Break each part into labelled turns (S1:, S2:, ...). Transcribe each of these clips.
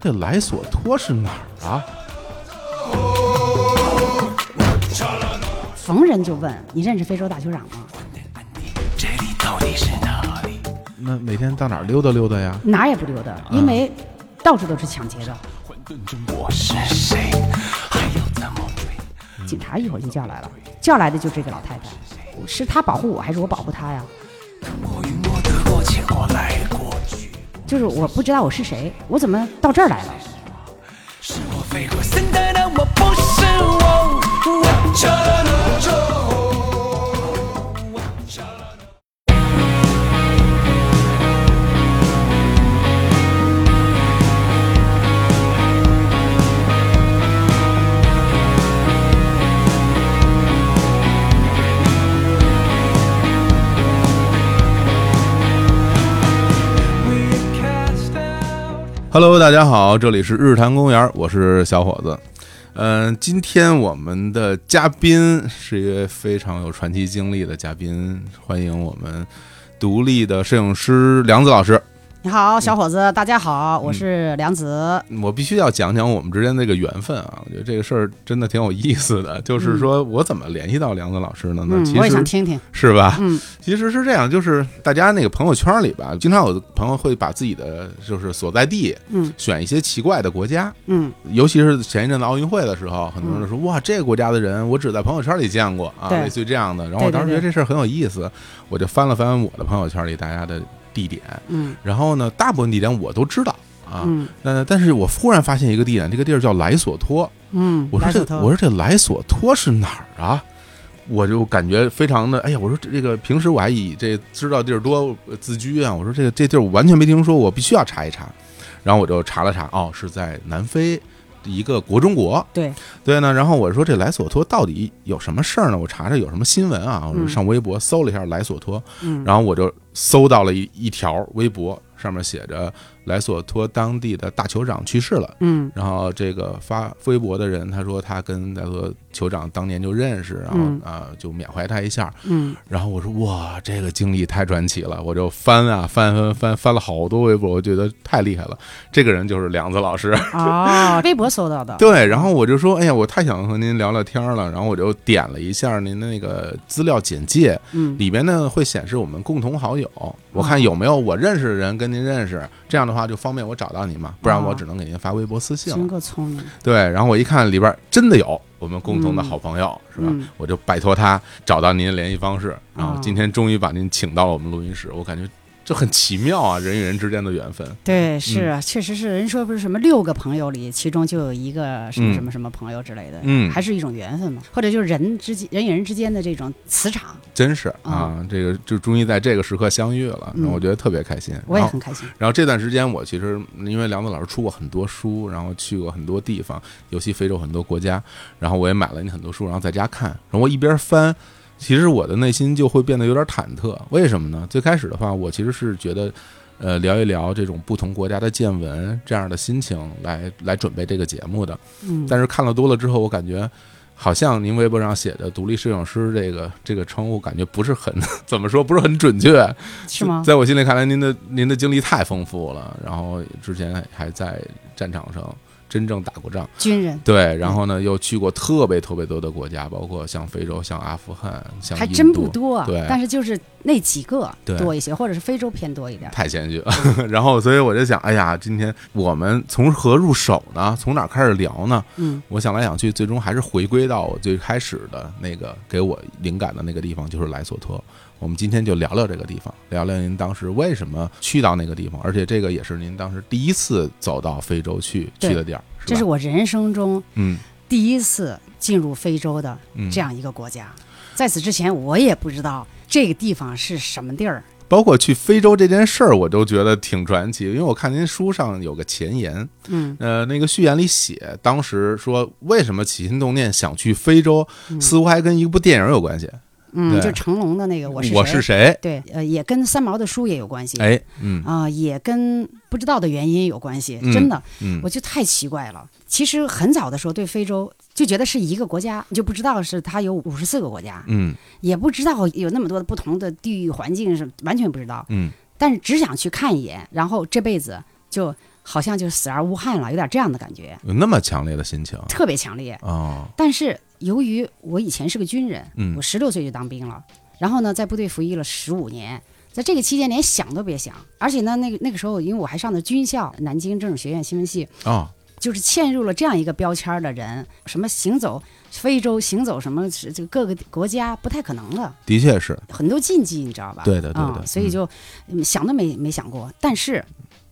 S1: 这莱索托是哪儿啊？
S2: 逢人就问你认识非洲大酋长吗？
S1: 那每天到哪儿溜达溜达呀？
S2: 哪儿也不溜达，
S1: 嗯
S2: 因为到处都是抢劫的。
S1: 嗯
S2: 警察一会儿就叫来了，叫来的就是这个老太太，是她保护我还是我保护她呀？就是我不知道我是谁，我怎么到这儿来了？
S1: Hello，大家好，这里是日坛公园，我是小伙子。嗯、今天我们的嘉宾是一位非常有传奇经历的嘉宾，欢迎我们独立的摄影师梁子老师。
S2: 你好，小伙
S1: 嗯
S2: 子，大家好，我是梁子。
S1: 我必须要讲讲我们之间这个缘分啊！我觉得这个事儿真的挺有意思的，就是说我怎么联系到梁子老师的呢？
S2: 嗯
S1: 其，实啊
S2: 我也想听听。
S1: 是吧？
S2: 嗯，
S1: 其实是这样，就是大家那个朋友圈里吧，经常有朋友会把自己的就是所在地，
S2: 嗯，
S1: 选一些奇怪的国家，
S2: 嗯，
S1: 尤其是前一阵子奥运会的时候，很多人说、哇，这个国家的人我只在朋友圈里见过啊，
S2: 对
S1: 类似于这样的。然后我
S2: 对对
S1: 当时觉得
S2: 对
S1: 这事儿很有意思，我就翻了翻我的朋友圈里大家的地点，
S2: 嗯
S1: 然后呢，大部分地点我都知道啊。
S2: 嗯
S1: 那但是我忽然发现一个地点，这个地儿叫莱索托，
S2: 嗯，
S1: 我
S2: 来
S1: 说
S2: 手
S1: 这
S2: 头
S1: 我说这莱索托是哪儿啊？我就感觉非常的，哎呀，我说这个平时我还以这知道地儿多呃自居啊，我说这个这地儿我完全没听说过，我必须要查一查。然后我就查了查，哦，是在南非一个国中国。
S2: 对，
S1: 对呢，然后我说这莱索托到底有什么事儿呢？我查查有什么新闻啊，我就
S2: 嗯
S1: 上微博搜了一下莱索托，
S2: 嗯
S1: 然后我就搜到了一一条微博，上面写着莱索托当地的大酋长去世了。
S2: 嗯
S1: 然后这个发微博的人，他说他跟莱索酋长当年就认识，然后
S2: 嗯
S1: 啊、呃就缅怀他一下。
S2: 嗯
S1: 然后我说哇，这个经历太传奇了，我就翻啊翻翻翻翻了好多微博，我觉得太厉害了。这个人就是梁子老师，
S2: 哦，微博搜到的。
S1: 对。然后我就说，哎呀，我太想和您聊聊天了。然后我就点了一下您的那个资料简介，
S2: 嗯
S1: 里边呢会显示我们共同好友，我
S2: 哦
S1: 看有没有我认识的人跟您认识，这样的话就方便我找到您嘛，不然我
S2: 哦
S1: 只能给您发微博私信了
S2: 真。够聪明，
S1: 对，然后我一看里边真的有我们共同的好朋友，是吧？
S2: 嗯哦
S1: 我就拜托他找到您的联系方式，然后今天终于把您请到了我们录音室，我感觉这很奇妙啊，人与人之间的缘分。
S2: 对，是
S1: 嗯
S2: 啊，确实是。人说不是什么六个朋友里，其中就有一个什么
S1: 嗯
S2: 什么什么朋友之类的，
S1: 嗯
S2: 还是一种缘分嘛，或者就是人之间人与人之间的这种磁场，
S1: 真是啊，这个就终于在这个时刻相遇了，
S2: 哦嗯
S1: 我觉得特别开心。
S2: 我也
S1: 然后
S2: 很开心。
S1: 然后这段时间，我其实因为梁子老师出过很多书，然后去过很多地方，尤其非洲很多国家，然后我也买了你很多书，然后在家看，然后我一边翻，其实我的内心就会变得有点忐忑。为什么呢？最开始的话，我其实是觉得，呃，聊一聊这种不同国家的见闻这样的心情来来准备这个节目的。
S2: 嗯，
S1: 但是看了多了之后，我感觉。好像您微博上写的“独立摄影师”这个这个称呼，感觉不是很 怎么说，不是很准确。
S2: 是吗？
S1: 在我心里看来，您的您的经历太丰富了。然后之前还在战场上真正打过仗，
S2: 军人
S1: 对，然后呢
S2: 嗯
S1: 又去过特别特别多的国家，包括像非洲、像阿富汗、像
S2: 还
S1: 印
S2: 真
S1: 度
S2: 不多啊
S1: 对，
S2: 但是就是那几个
S1: 对
S2: 多一些，或者是非洲偏多一点。
S1: 太谦虚了。 然后所以我就想，哎呀，今天我们从何入手呢？从哪儿开始聊呢？
S2: 嗯
S1: 我想来想去，最终还是回归到我最开始的那个给我灵感的那个地方，就是莱索托。我们今天就聊聊这个地方，聊聊您当时为什么去到那个地方，而且这个也是您当时第一次走到非洲去
S2: 对
S1: 去的地儿，
S2: 这是
S1: 吧？
S2: 我人生中
S1: 嗯
S2: 第一次进入非洲的
S1: 嗯，
S2: 这样一个国家，在此之前我也不知道这个地方是什么地儿。
S1: 包括去非洲这件事儿，我都觉得挺传奇，因为我看您书上有个前言，
S2: 嗯，
S1: 呃，那个序言里写，当时说为什么起心动念想去非洲，似乎还跟一部电影有关系。对
S2: 嗯，就成龙的那个我是
S1: 我
S2: 谁
S1: 是谁？
S2: 对，呃，也跟三毛的书也有关系，
S1: 哎，嗯
S2: 啊、也跟不知道的原因有关系，
S1: 嗯
S2: 真的，
S1: 嗯
S2: 我就太奇怪了。其实很早的时候对非洲就觉得是一个国家，就不知道是它有五十四个国家，
S1: 嗯
S2: 也不知道有那么多的不同的地域环境，是完全不知道。
S1: 嗯，
S2: 但是只想去看一眼，然后这辈子就好像就死而无憾了，有点这样的感觉，
S1: 有那么强烈的心情
S2: 特别强烈。
S1: 哦，
S2: 但是由于我以前是个军人，
S1: 嗯
S2: 我十六岁就当兵了，然后呢，在部队服役了十五年，在这个期间连想都别想，而且呢，那个那个时候，因为我还上的军校，南京政治学院新闻系，
S1: 哦，
S2: 就是嵌入了这样一个标签儿的人，什么行走非洲、行走什么这个各个国家，不太可能的，
S1: 的确是，
S2: 很多禁忌，你知道吧？
S1: 对的对
S2: 啊
S1: 的
S2: 所以就、嗯想都没没想过，但是。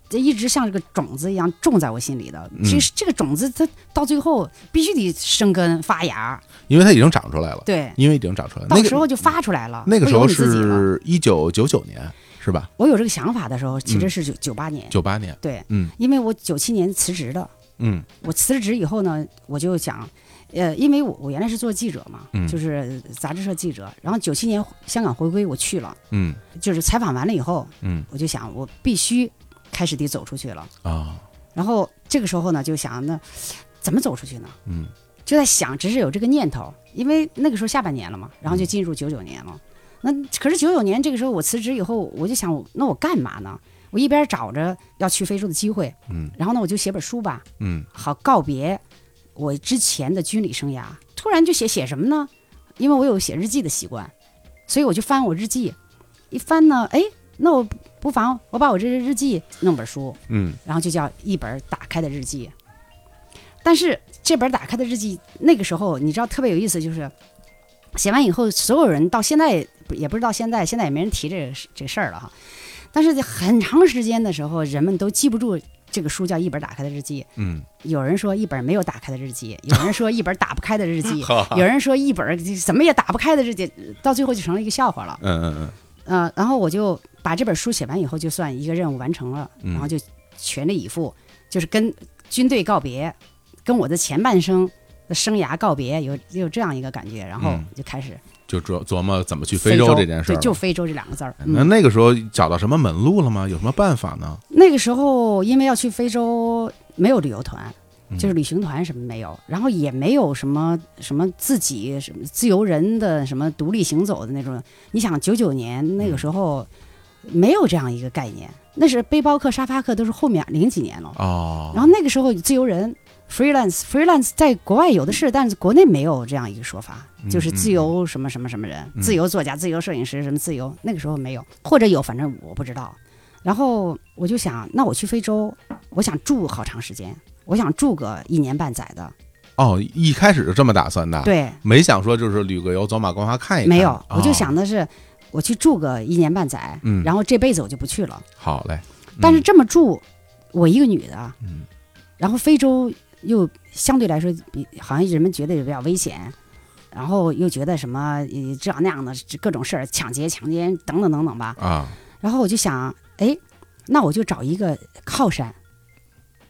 S2: 这一直像这个种子一样种在我心里的，
S1: 嗯
S2: 其实这个种子它到最后必须得生根发芽，
S1: 因为它已经长出来了，
S2: 对，
S1: 因为已经长出来了。
S2: 到
S1: 那个
S2: 时候就发出来了。
S1: 那个时候
S2: 会有你自己了
S1: 是一九九九年，是吧？
S2: 我有这个想法的时候，其实是九九八年，
S1: 嗯九八年，
S2: 对，
S1: 嗯
S2: 因为我九七年辞职的。
S1: 嗯
S2: 我辞职以后呢，我就想，呃，因为我我原来是做记者嘛，
S1: 嗯
S2: 就是呃杂志社记者。然后九七年香港回归，我去了，
S1: 嗯
S2: 就是采访完了以后，
S1: 嗯
S2: 我就想，我必须开始得走出去了。
S1: 啊，
S2: 然后这个时候呢，就想那怎么走出去呢？
S1: 嗯
S2: 就在想，只是有这个念头，因为那个时候下半年了嘛，然后就进入九九年了。那可是九九年这个时候我辞职以后，我就想，那我干嘛呢？我一边找着要去非洲的机会，
S1: 嗯
S2: 然后呢，我就写本书吧，
S1: 嗯
S2: 好告别我之前的军旅生涯。突然就写写什么呢？因为我有写日记的习惯，所以我就翻我日记，一翻呢，哎，那我不妨我把我这日记弄本书，
S1: 嗯
S2: 然后就叫一本打开的日记。但是这本打开的日记，那个时候你知道特别有意思，就是写完以后，所有人到现在不也不是到现在，现在也没人提这个事这个事儿了哈。但是在很长时间的时候，人们都记不住这个书叫一本打开的日记。
S1: 嗯，，
S2: 有人说一本没有打开的日记，有人说一本打不开的日 记
S1: 好，
S2: 有人说一本怎么也打不开的日记，到最后就成了一个笑话了。
S1: 嗯嗯嗯
S2: 呃，然后我就把这本书写完以后，就算一个任务完成了，
S1: 嗯
S2: 然后就全力以赴，就是跟军队告别，跟我的前半生的生涯告别，有有这样一个感觉，然后
S1: 嗯
S2: 就开始
S1: 就琢琢磨怎么去
S2: 非
S1: 非洲这件事儿
S2: 对，
S1: 了。
S2: 就非洲这两个字儿。
S1: 那
S2: 嗯，
S1: 那个时候找到什么门路了吗？有什么办法呢？
S2: 那个时候因为要去非洲，没有旅游团。就
S1: 嗯
S2: 是旅行团什么没有，然后也没有什么什么自己什么自由人的什么独立行走的那种。你想九九年那个时候没有这样一个概念，那是背包客、沙发客都是后面零几年了。
S1: 哦，
S2: 然后那个时候自由人 freelance freelance 在国外有的是，但是国内没有这样一个说法，
S1: 嗯
S2: 就是自由什么什么什么人，
S1: 嗯
S2: 自由作家、自由摄影师什么自由，那个时候没有，或者有，反正我不知道。然后我就想，那我去非洲，我想住好长时间，我想住个一年半载的，
S1: 哦，一开始就这么打算的，，
S2: 对，
S1: 没想说就是旅个游，走马观花啊看一看。
S2: 没有，我就
S1: 哦
S2: 想的是。我去住个一年半载，
S1: 嗯
S2: 然后这辈子我就不去了。
S1: 好嘞，
S2: 但是这么住，我一个女的，啊
S1: 嗯
S2: 然后非洲又相对来说比好像人们觉得也比较危险，然后又觉得什么呃这样那样的这各种事儿，抢劫、强奸等等等等吧。
S1: 嗯啊，
S2: 然后我就想，哎，那我就找一个靠山，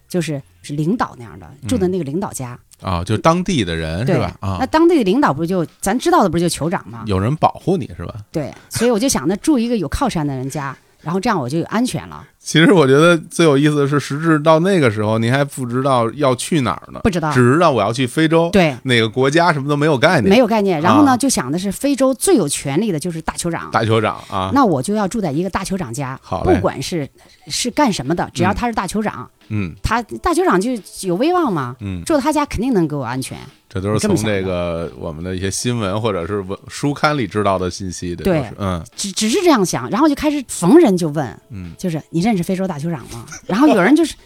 S2: 就是是领导那样的住的那个领导家，
S1: 啊，就是当地的人
S2: 对
S1: 是吧？嗯啊
S2: 那，当地的领导不就咱知道的不是就酋长吗？
S1: 有人保护你是吧？
S2: 对，所以我就想呢，住一个有靠山的人家，然后这样我就有安全了。
S1: 其实我觉得最有意思的是，时至到那个时候，您还不知道要去哪儿呢，
S2: 不知道
S1: 只知道我要去非洲，
S2: 对，
S1: 哪个国家什么都没有概念。
S2: 没有概念。然后
S1: 啊
S2: 呢，就想的是非洲最有权力的就是大酋长，
S1: 大酋长啊，
S2: 那我就要住在一个大酋长家，
S1: 好嘞
S2: 不管是是干什么的，只要他是大酋长，
S1: 嗯
S2: 他大酋长就有威望嘛，
S1: 嗯，
S2: 住他家肯定能给我安全。
S1: 这都是
S2: 这么
S1: 从
S2: 想的
S1: 这个我们的一些新闻或者是文书刊里知道的信息，这
S2: 对
S1: 都是嗯
S2: 只只是这样想，然后就开始逢人就问，
S1: 嗯，
S2: 就是你认识非洲大酋长吗？然后有 人就是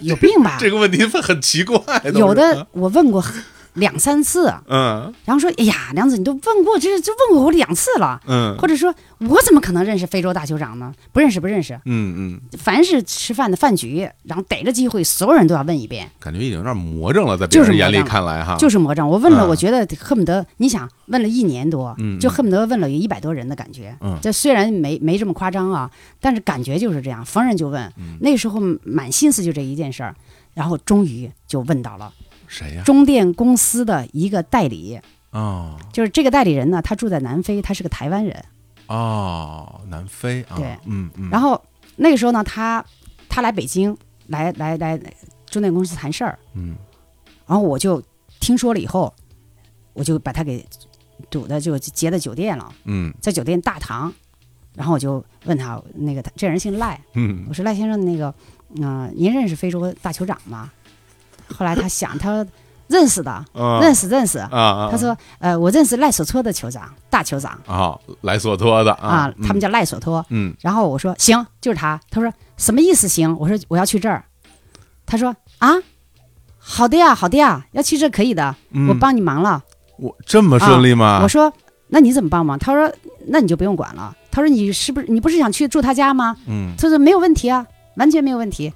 S2: 有病吧，
S1: 这个问题很奇怪，都是
S2: 啊有的我问过两三次，
S1: 嗯
S2: 然后说哎呀，梁子你都问过这这问过我两次了，
S1: 嗯
S2: 或者说我怎么可能认识非洲大酋长呢？不认识不认识，
S1: 嗯嗯，
S2: 凡是吃饭的饭局，然后逮着机会，所有人都要问一遍。
S1: 感觉已经有点魔怔了，在别人眼里看来哈，
S2: 就是是魔怔。我问了，
S1: 嗯
S2: 我觉得恨不得你想问了一年多
S1: 嗯，
S2: 就恨不得问了有一百多人的感觉
S1: 嗯。
S2: 这虽然没没这么夸张啊，但是感觉就是这样，逢人就问。
S1: 嗯
S2: 那时候满心思就这一件事儿，然后终于就问到了
S1: 谁呀？
S2: 中电公司的一个代理，
S1: 哦
S2: 就是这个代理人呢，他住在南非，他是个台湾人。
S1: 哦，南非啊，
S2: 对
S1: 嗯嗯，
S2: 然后那个时候呢，他他来北京，来来来中电公司谈事儿，
S1: 嗯
S2: 然后我就听说了以后，我就把他给堵的就接到酒店了，
S1: 嗯
S2: 在酒店大堂，然后我就问他那个他这人姓赖，
S1: 嗯
S2: 我说赖先生那个，嗯、您认识非洲大酋长吗？后来他想，他说认识的，
S1: 啊
S2: 认识认识。
S1: 啊啊，
S2: 他说，呃，我认识赖索托的酋长，大酋长
S1: 啊，莱索托的
S2: 啊，他们
S1: 家
S2: 叫赖索托。
S1: 嗯
S2: 然后我说行，就是他。他说什么意思行？我说我要去这儿。他说啊，好的呀，好的呀，要去这儿可以的，
S1: 嗯，啊
S2: 我帮你忙了。
S1: 我这么顺利吗？
S2: 我说那你怎么帮忙？他说那你就不用管了。他说你是不是你不是想去住他家吗？
S1: 嗯
S2: 他说没有问题啊，完全没有问题，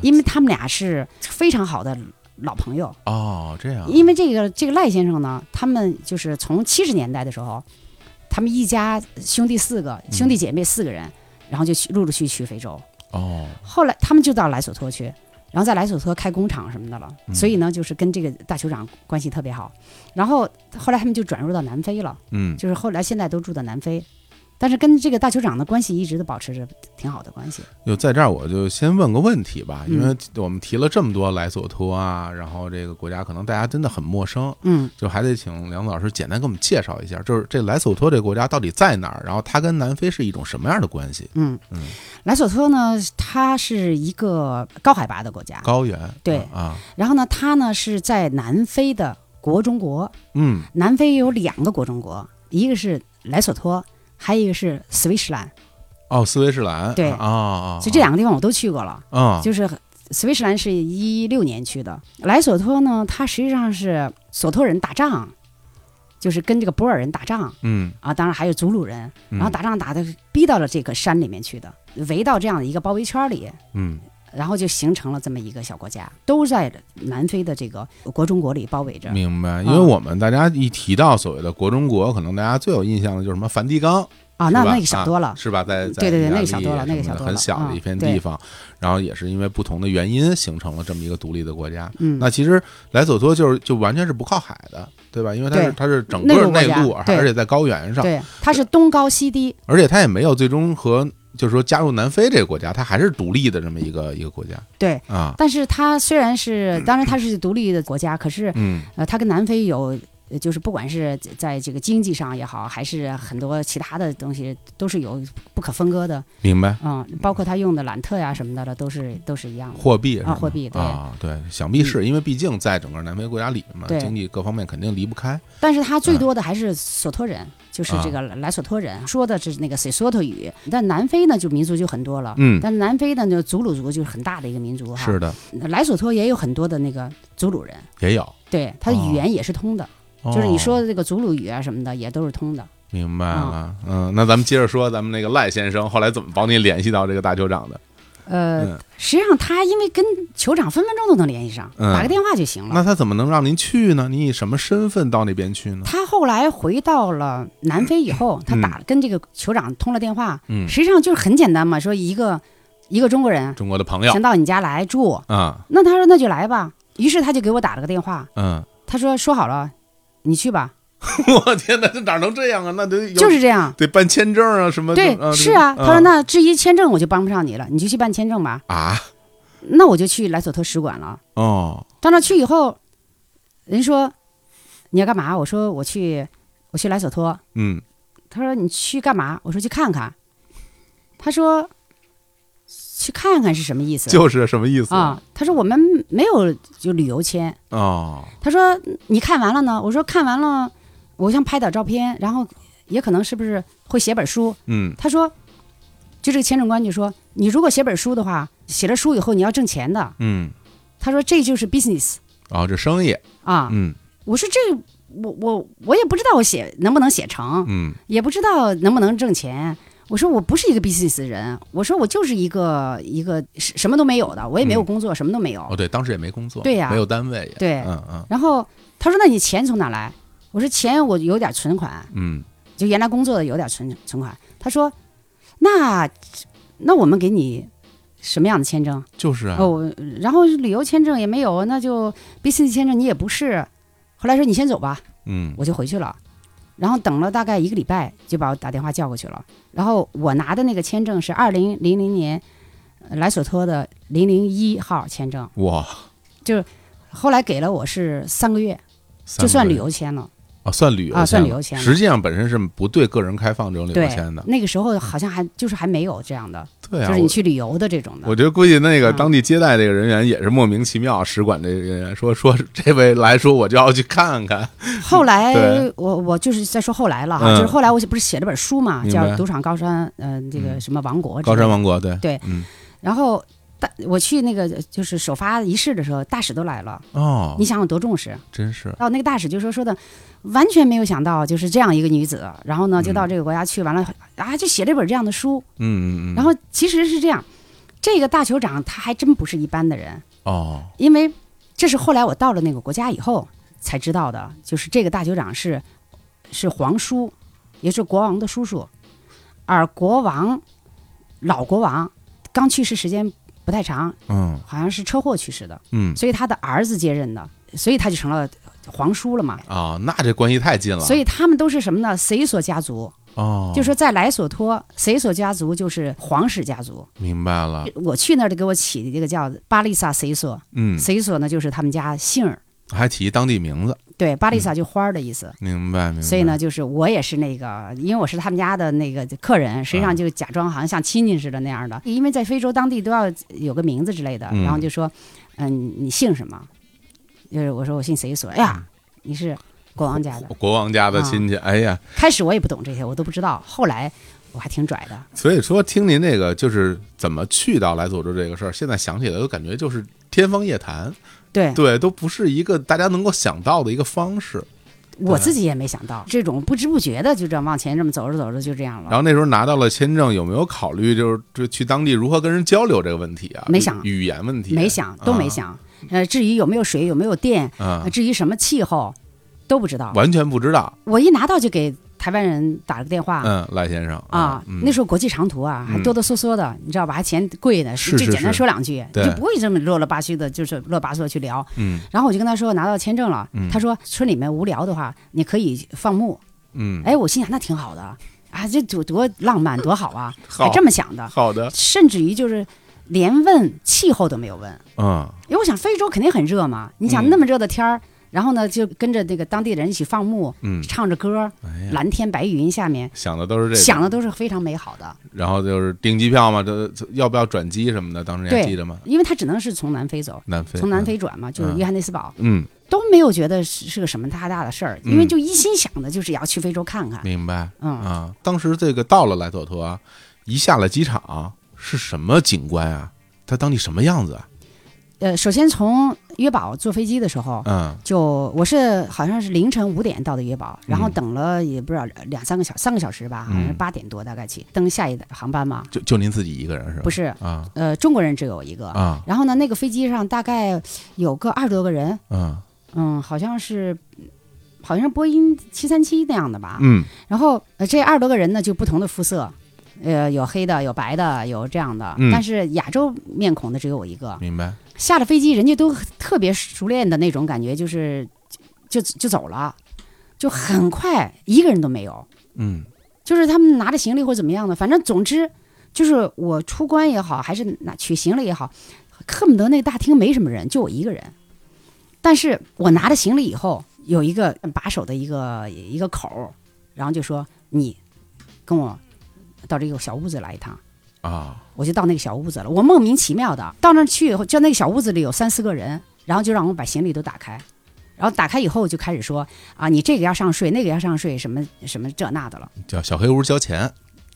S2: 因为他们俩是非常好的老朋友。
S1: 哦这样，
S2: 因为这个这个赖先生呢，他们就是从七十年代的时候，他们一家兄弟四个兄
S1: 嗯
S2: 弟姐妹四个人，然后就去陆陆续续去非洲，
S1: 哦
S2: 后来他们就到莱索托去，然后在莱索托开工厂什么的了，
S1: 嗯
S2: 所以呢，就是跟这个大酋长关系特别好。然后后来他们就转入到南非了，
S1: 嗯
S2: 就是后来现在都住在南非，但是跟这个大酋长的关系一直都保持着挺好的关系。
S1: 哟，在这儿我就先问个问题吧，因
S2: 嗯
S1: 为我们提了这么多莱索托啊，然后这个国家可能大家真的很陌生，
S2: 嗯，
S1: 就还得请梁子老师简单给我们介绍一下，就是这莱索托这个国家到底在哪儿，然后它跟南非是一种什么样的关系？
S2: 嗯
S1: 嗯，
S2: 莱索托呢，它是一个高海拔的国家，
S1: 高原
S2: 对
S1: 啊，
S2: 然后呢，它呢是在南非的国中国，
S1: 嗯
S2: 南非有两个国中国，一个是莱索托，还有一个是斯威士兰，
S1: 哦，斯威士兰
S2: 对
S1: 啊啊，
S2: 所以这两个地方我都去过了，
S1: 啊
S2: 就是。斯威士兰是一六年去的，莱索托呢，它实际上是索托人打仗，就是跟这个博尔人打仗
S1: 嗯，
S2: 啊，当然还有祖鲁人，
S1: 嗯
S2: 然后打仗打的逼到了这个山里面去的，围到这样的一个包围圈里，
S1: 嗯
S2: 然后就形成了这么一个小国家，都在南非的这个国中国里包围着。
S1: 明白，因为我们大家一提到所谓的国中国，可能大家最有印象的就是什么梵蒂冈，
S2: 啊，
S1: 是
S2: 那
S1: 吧
S2: 那个小多了。
S1: 是吧？在在
S2: 对对对
S1: 意大利
S2: 那个小多了那个
S1: 什么的
S2: 小多了
S1: 很小的一片
S2: 嗯
S1: 地方，然后也是因为不同的原因形成了这么一个独立的国家。
S2: 嗯，
S1: 那其实莱索托就是就完全是不靠海的，对吧？因为它是
S2: 对
S1: 它是整
S2: 内
S1: 个
S2: 陆国
S1: 内
S2: 家
S1: 陆，而啊
S2: 对
S1: 而且在高原上，
S2: 对，它是东高西低。
S1: 而且它也没有最终和就是说加入南非这个国家，它还是独立的这么一个一个国家
S2: 对，
S1: 啊。
S2: 但是它虽 然是，当然它是独立的国家，可是
S1: 嗯
S2: 呃，它跟南非有，呃就是不管是在这个经济上也好，还是很多其他的东西，都是有不可分割的。
S1: 明白。
S2: 嗯，包括它用的兰特呀什么的了，都是都是一样的。
S1: 货币是
S2: 啊
S1: 吗
S2: 货币对嗯
S1: 啊，对，想必是因为毕竟在整个南非国家里面嘛，
S2: 对
S1: 经济各方面肯定离不开。
S2: 但是它最多的还是索托人，就是
S1: 嗯啊
S2: 这个莱索托人说的是那个 Sesotho 语。但南非呢，就民族就很多了。
S1: 嗯
S2: 但南非呢，就祖鲁族就是很大的一个民族哈。
S1: 是的，
S2: 莱索托也有很多的那个祖鲁人，
S1: 也有，
S2: 对，它的
S1: 哦
S2: 语言也是通的，就是你
S1: 哦
S2: 说的这个祖鲁语啊什么的也都是通的。
S1: 明白了，嗯，那咱们接着说咱们那个赖先生后来怎么帮你联系到这个大酋长的？
S2: 呃，
S1: 嗯
S2: 实际上他因为跟酋长分分钟都能联系上，
S1: 嗯
S2: 打个电话就行了。
S1: 那他怎么能让您去呢？你以什么身份到那边去呢？
S2: 他后来回到了南非以后，他打跟这个酋长通了电话，
S1: 嗯，哎
S2: 实际上就是很简单嘛，说一个一个中国人
S1: 中国的朋友
S2: 想到你家来住，
S1: 啊，
S2: 那他说那就来吧，于是他就给我打了个电话，
S1: 嗯，
S2: 他说说好了，你去吧，
S1: 我天哪，这哪能这样啊？那得有
S2: 就是这样。
S1: 得办签证啊，什么
S2: 对，
S1: 的
S2: 是啊。他说
S1: 嗯
S2: 那至于签证，我就帮不上你了，你就去办签证吧。
S1: 啊
S2: 那我就去莱索托使馆了。
S1: 哦
S2: 到那去以后，人说你要干嘛？我说我去，我去莱索托。
S1: 嗯
S2: 他说你去干嘛？我说去看看。他说去看看是什么意思？
S1: 就是什么意思
S2: 啊、他说我们没有就旅游签。
S1: 哦
S2: 他说你看完了呢？我说看完了，我想拍点照片，然后也可能是不是会写本书？
S1: 嗯
S2: 他说，就这个签证官就说，你如果写本书的话，写了书以后你要挣钱的。
S1: 嗯
S2: 他说这就是 business
S1: 哦这生意
S2: 啊。
S1: 嗯
S2: 我说这我我我也不知道我写能不能写成，
S1: 嗯
S2: 也不知道能不能挣钱。我说我不是一个 business 人，我说我就是一个一个什什么都没有的，我也没有工作，什么都没有。
S1: 哦对，当时也没工作，
S2: 对呀
S1: 没有单位也
S2: 对
S1: 嗯嗯
S2: 然后他说那你钱从哪来？我说钱我有点存款，
S1: 嗯
S2: 就原来工作的有点存存款。他说那那我们给你什么样的签证？
S1: 就是啊
S2: 哦，然后旅游签证也没有，那就 B C 签证你也不是。后来说你先走吧，
S1: 嗯
S2: 我就回去了。然后等了大概一个礼拜，就把我打电话叫过去了。然后我拿的那个签证是二零零零年呃莱索托的零零一号签证，
S1: 哇，
S2: 后来给了我是三个月，
S1: 三
S2: 就算
S1: 个
S2: 旅
S1: 月
S2: 游签了。
S1: 啊，算旅游
S2: 啊算
S1: 签
S2: 旅
S1: 了
S2: 游签了
S1: 实际上本身是不对个人开放这种旅游
S2: 对
S1: 签的，。
S2: 那个时候好像还就是还没有这样的，
S1: 对啊
S2: 就是，你
S1: 我
S2: 去旅游的这种的。
S1: 我觉得估计那个
S2: 嗯
S1: 当地接待这个人员也是莫名其妙，使馆这个人员说说这位来说我就要去看看，
S2: 啊后来
S1: 对
S2: 我我就是在说后来了哈，
S1: 嗯
S2: 就是后来我不是写了本书嘛，
S1: 明
S2: 叫
S1: 白
S2: 《赌场高山》，嗯、这个
S1: 嗯
S2: 什么王国，
S1: 高山。王国对
S2: 对
S1: 嗯
S2: 然后大我去那个就是首发仪式的时候，大使都来了，
S1: 哦
S2: 你，想想多重视。
S1: 真是
S2: 到那个大使就说说的，完全没有想到就是这样一个女子，然后呢就到这个国家去，完了啊就写了本这样的书。
S1: 嗯嗯嗯，
S2: 然后其实是这样，这个大酋长他还真不是一般的人，
S1: 哦
S2: 因为这是后来我到了那个国家以后才知道的，就是这个大酋长是是皇叔，也是国王的叔叔，而国王老国王刚去世时间不太长，
S1: 嗯
S2: 好像是车祸去世的，
S1: 嗯
S2: 所以他的儿子接任的，所以他就成了皇叔了嘛。
S1: 啊，那这关系太近了，
S2: 所以他们都是什么呢？谁索家族，
S1: 哦，
S2: 就说在莱索托，谁索家族就是皇室家族。
S1: 明白了，
S2: 我去那儿就给我起的这个叫巴丽萨谁索，
S1: 嗯，
S2: 谁索呢就是他们家姓儿，
S1: 还提当地名字，
S2: 对，巴丽萨就花儿的意思。
S1: 嗯明白明白，
S2: 所以呢，就是我也是那个，因为我是他们家的那个客人，实际
S1: 嗯
S2: 上就假装好像像亲戚似的那样的。因为在非洲当地都要有个名字之类的，
S1: 嗯
S2: 然后就说，嗯，你姓什么？就是我说我姓谁索，
S1: 嗯
S2: 哎呀，你是国王家的。
S1: 国王家
S2: 啊
S1: 的亲戚，哎呀，
S2: 开始我也不懂这些，我都不知道，后来我还挺拽的。
S1: 所以说，听您这个就是怎么去到莱索州这个事儿，现在想起来都感觉就是天方夜谭，
S2: 对
S1: 对，都不是一个大家能够想到的一个方式。
S2: 我自己也没想到，这种不知不觉的就这样往前这么走着走着就这样
S1: 然
S2: 了。
S1: 后那时候拿到了签证，有没有考虑就是就去当地如何跟人交流这个问题啊？
S2: 没想
S1: 语言问题，
S2: 没想，都没想。呃，至于有没有水，有没有电，
S1: 啊，
S2: 呃至于什么气候，都不知道
S1: 嗯。完全不知道。
S2: 我一拿到就给台湾人打了个电话。
S1: 嗯，赖先生
S2: 啊，
S1: 嗯
S2: 那时候国际长途啊，还
S1: 嗯
S2: 哆哆嗦嗦的，你知道吧？还嫌贵呢，
S1: 是是
S2: 就简单
S1: 是
S2: 说两句，
S1: 对
S2: 就不会这么啰啰吧嗦的，就是啰吧嗦去聊。
S1: 嗯
S2: 然后我就跟他说拿到签证了，
S1: 嗯
S2: 他说村里面无聊的话，你可以放牧，
S1: 嗯，
S2: 哎，我心想那挺好的啊，这多多浪漫，多好啊，
S1: 好
S2: 还这么想的，
S1: 好的，
S2: 甚至于就是连问气候都没有问，
S1: 嗯
S2: 因为我想非洲肯定很热嘛，
S1: 嗯
S2: 你想那么热的天儿，然后呢就跟着那个当地人一起放牧，
S1: 嗯，
S2: 唱着歌儿，
S1: 哎呀，
S2: 蓝天白云下面。
S1: 想的都是这个，
S2: 想的都是非常美好的，
S1: 然后就是订机票嘛，这这要不要转机什么的，当时你还
S2: 对
S1: 记得吗？
S2: 因为它只能是从南非走，
S1: 南非，
S2: 从南非转嘛，就是约翰内斯堡，
S1: 嗯，
S2: 都没有觉得是是个什么太大的事儿，因为
S1: 嗯
S2: 就一心想的就是也要去非洲看看
S1: 嗯，。明白。
S2: 嗯，
S1: 啊，当时这个到了莱索托，啊一下了机场是什么景观啊？它当地什么样子啊？
S2: 呃，首先从约堡坐飞机的时候，
S1: 嗯
S2: 就我是好像是凌晨五点到的约堡，然后
S1: 嗯
S2: 等了也不知道两三个小三个小时吧，好像是
S1: 嗯
S2: 八点多大概起登下一航班嘛，
S1: 就就您自己一个人是吧？
S2: 不是，
S1: 啊
S2: 呃，中国人只有我一个。
S1: 啊
S2: 然后呢，那个飞机上大概有个二十多个人，
S1: 嗯
S2: 嗯，好像是好像是波音七三七那样的吧。
S1: 嗯
S2: 然后呃，这二十多个人呢，就不同的肤色，呃，有黑的，有白的，有这样的，
S1: 嗯
S2: 但是亚洲面孔的只有我一个。
S1: 明白。
S2: 下了飞机，人家都特别熟练的那种感觉，就是就就走了，就很快，一个人都没有。
S1: 嗯
S2: 就是他们拿着行李或怎么样的，反正总之就是我出关也好，还是拿取行李也好，恨不得那个大厅没什么人，就我一个人。但是我拿着行李以后，有一个嗯把手的一个一个口儿，然后就说你跟我到这个小屋子来一趟。
S1: 啊
S2: 我就到那个小屋子了。我莫名其妙的到那儿去以后，就那个小屋子里有三四个人，然后就让我把行李都打开，然后打开以后就开始说啊，你这个要上税，那个要上税，什么什么这那的了。
S1: 叫小黑屋交钱。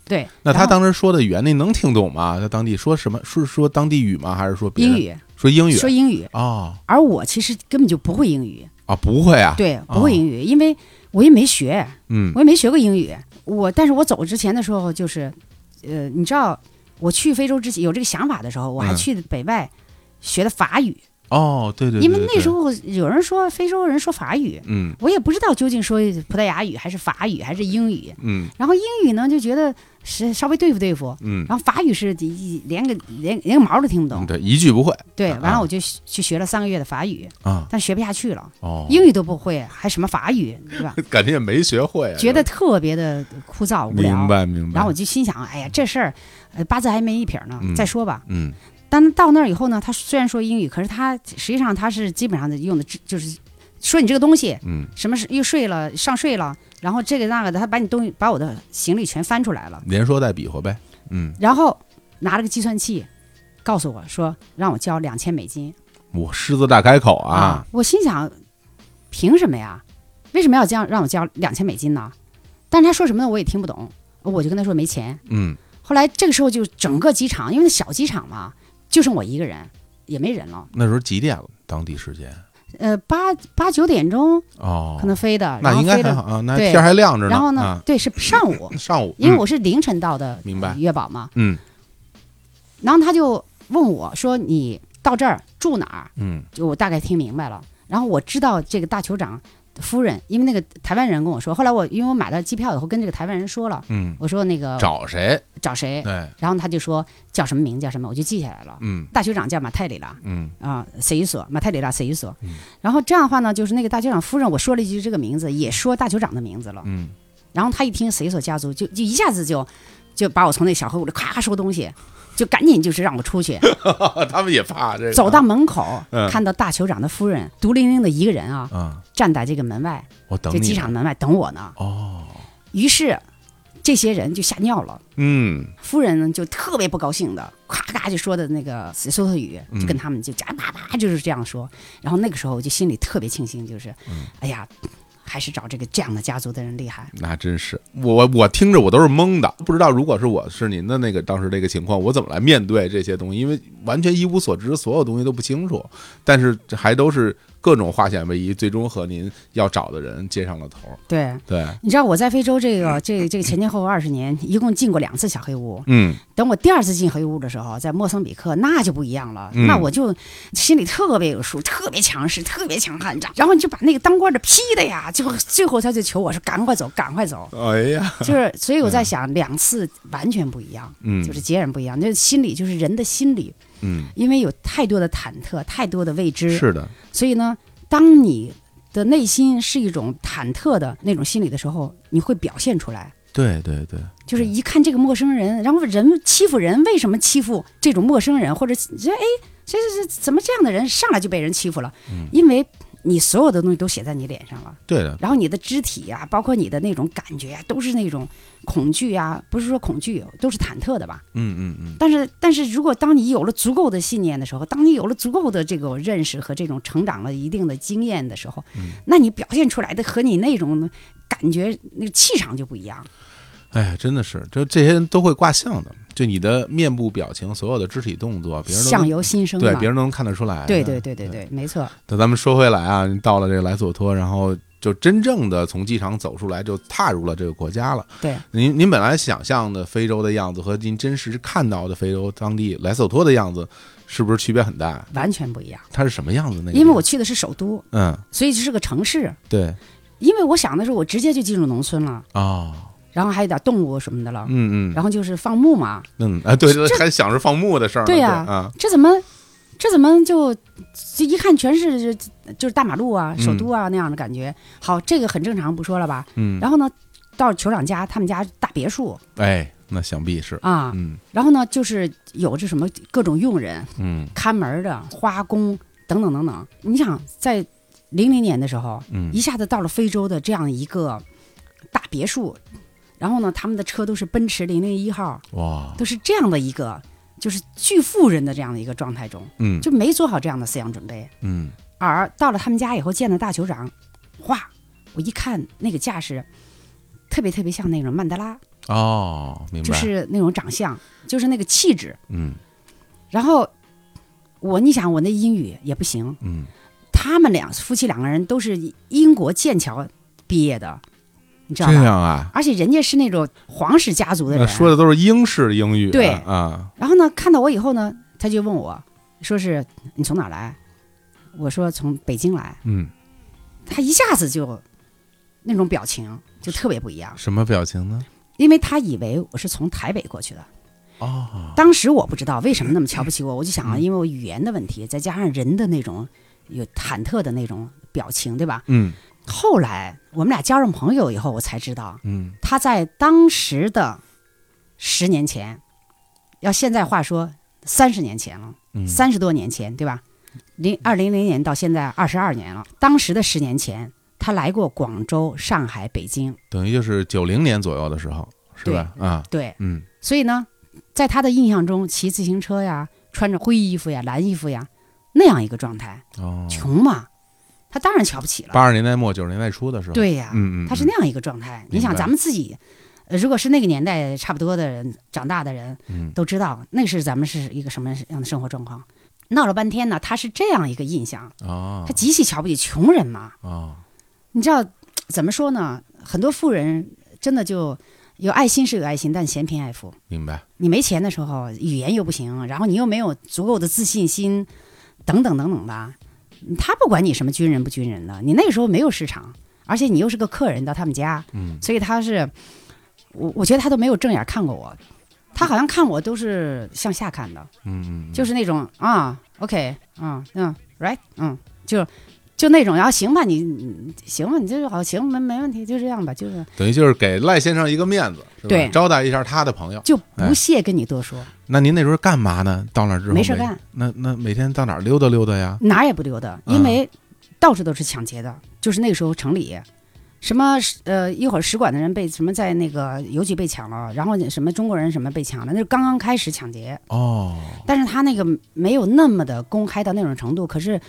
S2: 对，
S1: 那
S2: 然
S1: 他
S2: 后
S1: 当时说的语言，你能听懂吗？在当地说什么？是说当地语吗？还是说别人
S2: 英？语
S1: 说英语啊
S2: 说英语，
S1: 哦
S2: 而我其实根本就不会英语，
S1: 啊，不会啊。
S2: 对，
S1: 哦
S2: 不会英语，因为我也没学，
S1: 嗯
S2: 我也没学过英语。我但是我走之前的时候，就是呃，你知道我去非洲之前有这个想法的时候，我还
S1: 嗯
S2: 去北外学的法语，
S1: 哦，对对对
S2: 因为那时
S1: 对
S2: 候有人说非洲人说法语，
S1: 嗯
S2: 我也不知道究竟说葡萄牙语还是法语还是英语。
S1: 嗯
S2: 然后英语呢，就觉得是稍微对付对付。
S1: 嗯，
S2: 然后法语是一连个连连个毛都听不懂
S1: 嗯，对，一句不会
S2: 对，
S1: 啊
S2: 完了我就去去学了三个月的法语，
S1: 啊，
S2: 但学不下去了，
S1: 哦，
S2: 英语都不会，还什么法语，对 吧？
S1: 感觉也没学会啊，
S2: 觉得特别的枯燥无聊。
S1: 明白明白。
S2: 然后我就心想，哎呀，这事儿，呃，八字还没一撇儿呢，
S1: 嗯
S2: 再说吧。
S1: 嗯
S2: 但到那儿以后呢，他虽然说英语，可是他实际上他是基本上的用的知就是说你这个东西
S1: 嗯，
S2: 什么是又睡了上税了，然后这个那个的，他把你东西把我的行李全翻出来了，
S1: 连说带比划呗，嗯，
S2: 然后拿了个计算器，告诉我说让我交两千美金
S1: 我狮子大开口啊，
S2: 我心想，凭什么呀？为什么要这样让我交两千美金呢？但是他说什么呢，我也听不懂，我就跟他说没钱。
S1: 嗯
S2: 后来这个时候就整个机场，因为小机场嘛，就剩我一个人，也没人了。
S1: 那时候几点了？当地时间
S2: 呃，八八九点钟
S1: 哦
S2: 可，能飞的，然
S1: 那
S2: 后
S1: 应该
S2: 飞
S1: 还
S2: 的
S1: 好啊，那
S2: 对
S1: 天还亮着呢。
S2: 然后呢，
S1: 啊，
S2: 对，是上午
S1: 上午，
S2: 因为
S1: 嗯
S2: 我是凌晨到的，呃
S1: 明白
S2: 月宝嘛。
S1: 嗯
S2: 然后他就问我说：“你到这儿住哪儿
S1: 嗯？”
S2: 就我大概听明白了。然后我知道这个大酋长夫人，因为那个台湾人跟我说，后来我因为我买了机票以后跟这个台湾人说了，
S1: 嗯，
S2: 我说那个
S1: 找谁？
S2: 找谁，
S1: 对，
S2: 然后他就说叫什么名叫什么，我就记下来了。
S1: 嗯
S2: 大酋长叫马泰里拉，
S1: 嗯
S2: 啊，谁一所马泰里拉谁一所，然后这样的话呢，就是那个大酋长夫人，我说了一句这个名字，也说大酋长的名字了，
S1: 嗯，
S2: 然后他一听谁所家族，就就一下子就就把我从那小黑屋里咔咔收东西，就赶紧就是让我出去，
S1: 他们也怕这个。
S2: 走到门口
S1: 嗯，
S2: 看到大酋长的夫人独零零的一个人啊，
S1: 啊，
S2: 站在这个门外，
S1: 我等
S2: 这
S1: 你。
S2: 机场门外等我呢。
S1: 哦，
S2: 于是这些人就吓尿了。
S1: 嗯
S2: 夫人呢就特别不高兴的，咔咔就说的那个斯索特语，
S1: 嗯
S2: 就跟他们就夹叭叭就是这样说。然后那个时候我就心里特别庆幸，就是，
S1: 嗯
S2: 哎呀，还是找这个这样的家族的人厉害。
S1: 那真是我我听着我都是懵的，不知道如果是我是您的那个当时这个情况，我怎么来面对这些东西？因为完全一无所知，所有东西都不清楚，但是这还都是各种化险为夷，最终和您要找的人接上了头。
S2: 对，
S1: 对，
S2: 你知道我在非洲这个这这个前前后后二十年，一共进过两次小黑屋。
S1: 嗯
S2: 等我第二次进黑屋的时候，在莫桑比克那就不一样了，
S1: 嗯
S2: 那我就心里特别有数，特别强势，特别强悍，然后你就把那个当官的批的呀，就最后他就求我说赶快走，赶快走，
S1: 哎呀，
S2: 就是所以我在想，两次完全不一样，
S1: 嗯
S2: 就是截然不一样，那心理就是人的心理，
S1: 嗯，
S2: 因为有太多的忐忑，太多的未知，
S1: 是的，
S2: 所以呢，当你的内心是一种忐忑的那种心理的时候，你会表现出来。
S1: 对对对，
S2: 就是一看这个陌生人，然后人欺负人，为什么欺负这种陌生人？或者你说，哎，这这这怎么这样的人上来就被人欺负了？
S1: 嗯
S2: 因为你所有的东西都写在你脸上了，
S1: 对的，
S2: 然后你的肢体啊，包括你的那种感觉啊，都是那种恐惧啊，不是说恐惧，都是忐忑的吧？
S1: 嗯嗯嗯，
S2: 但是，但是如果当你有了足够的信念的时候，当你有了足够的这个认识和这种成长了一定的经验的时候，
S1: 嗯
S2: 那你表现出来的和你那种感觉那个气场就不一样。
S1: 哎，真的是，就这些人都会卦象的，就你的面部表情，所有的肢体动作，别人都
S2: 相
S1: 能
S2: 由心嗯生嘛，
S1: 对别人都能看得出来。
S2: 对对对对对，没错，
S1: 那咱们说回来啊，到了这个莱索托，然后就真正的从机场走出来，就踏入了这个国家了。
S2: 对
S1: 您您本来想象的非洲的样子和您真实看到的非洲当地莱索托的样子，是不是区别很大？
S2: 完全不一样。
S1: 它是什么样子？那个地方
S2: 因为我去的是首都，
S1: 嗯，
S2: 所以就是个城市。
S1: 对
S2: 因为我想的是，我直接就进入农村了，
S1: 哦，
S2: 然后还有点动物什么的了，
S1: 嗯嗯
S2: 然后就是放牧嘛。
S1: 嗯啊，对对，还想着放牧的事儿呢。
S2: 对呀
S1: 啊，
S2: 这怎么，这怎么就就一看全是就是大马路啊、首都啊那样的感觉？好，这个很正常，不说了吧。
S1: 嗯，
S2: 然后呢，到酋长家，他们家大别墅
S1: 哎，那想必是，
S2: 啊，
S1: 嗯
S2: 然后呢，就是有这什么各种佣人、
S1: 嗯
S2: 看门的、花工等等等等。你想，在零零年的时候，
S1: 嗯
S2: 一下子到了非洲的这样一个大别墅，然后呢，他们的车都是奔驰零零一号，
S1: 哇，
S2: 都是这样的一个就是巨富人的这样的一个状态中，
S1: 嗯
S2: 就没做好这样的思想准备。
S1: 嗯
S2: 而到了他们家以后，见了大酋长，哇，我一看那个架势，特别特别像那种曼德拉，
S1: 哦，明白，
S2: 就是那种长相，就是那个气质。
S1: 嗯
S2: 然后我，你想我那英语也不行，
S1: 嗯
S2: 他们俩夫妻两个人都是英国剑桥毕业的，你知道
S1: 这
S2: 吧？
S1: 样啊，
S2: 而且人家是那种皇室家族的
S1: 那
S2: 人。
S1: 说的都是英式英语啊，
S2: 对
S1: 啊，
S2: 然后呢，看到我以后呢，他就问我，说是你从哪儿来？我说从北京来。
S1: 嗯，
S2: 他一下子就那种表情就特别不一样，
S1: 什么表情呢？
S2: 因为他以为我是从台北过去的。
S1: 啊，
S2: 当时我不知道为什么那么瞧不起
S1: 嗯
S2: 我，我就想啊，因为我语言的问题，再加上人的那种有忐忑的那种表情，对吧？
S1: 嗯
S2: 后来我们俩交上朋友以后，我才知道
S1: 嗯
S2: 他在当时的十年前，要现在话说三十年前了，
S1: 嗯，
S2: 三十多年前，对吧？零二零零年到现在二十二年了，当时的十年前，他来过广州、上海、北京，
S1: 等于就是九零年左右的时候，是吧？啊，
S2: 对，
S1: 嗯
S2: 所以呢，在他的印象中，骑自行车呀，穿着灰衣服呀、蓝衣服呀，那样一个状态，
S1: 哦，
S2: 穷嘛，他当然瞧不起了。
S1: 八十年代末九十年代初的时候，，
S2: 对呀，
S1: 嗯嗯，
S2: 他是那样一个状态。你想，
S1: 明白
S2: 咱们自己，呃如果是那个年代差不多的人长大的人，
S1: 嗯
S2: 都知道那是咱们是一个什么样的生活状况。闹了半天呢，他是这样一个印象，
S1: 嗯啊
S2: 他极其瞧不起穷人嘛。
S1: 啊，
S2: 你知道怎么说呢？很多富人真的就有爱心是有爱心，但嫌贫爱富。
S1: 明白，
S2: 你没钱的时候，语言又不行，然后你又没有足够的自信心，等等等等吧。他不管你什么军人不军人的，你那个时候没有市场，而且你又是个客人到他们家，
S1: 嗯
S2: 所以他是，我我觉得他都没有正眼看过我，他好像看我都是向下看的，
S1: 嗯嗯，
S2: 就是是那种啊，OK，嗯嗯，right，嗯，就就那种，然后行吧，你你行吧，你这就好，行，没没问题，就这样吧，就是
S1: 等于就是给赖先生一个面子，是吧
S2: 对
S1: 招待一下他的朋友。
S2: 就不屑跟你多说，
S1: 那您那时候干嘛呢？到那儿之后
S2: 没事儿干，
S1: 那那每天到哪儿溜达溜达呀？
S2: 哪儿也不溜达，因为到处都是抢劫的，就是那个时候城里。什么呃，一会儿使馆的人被什么在那个邮局被抢了，然后什么中国人什么被抢了，那是刚刚开始抢劫。
S1: 哦，
S2: 但是他那个没有那么的公开到那种程度，可是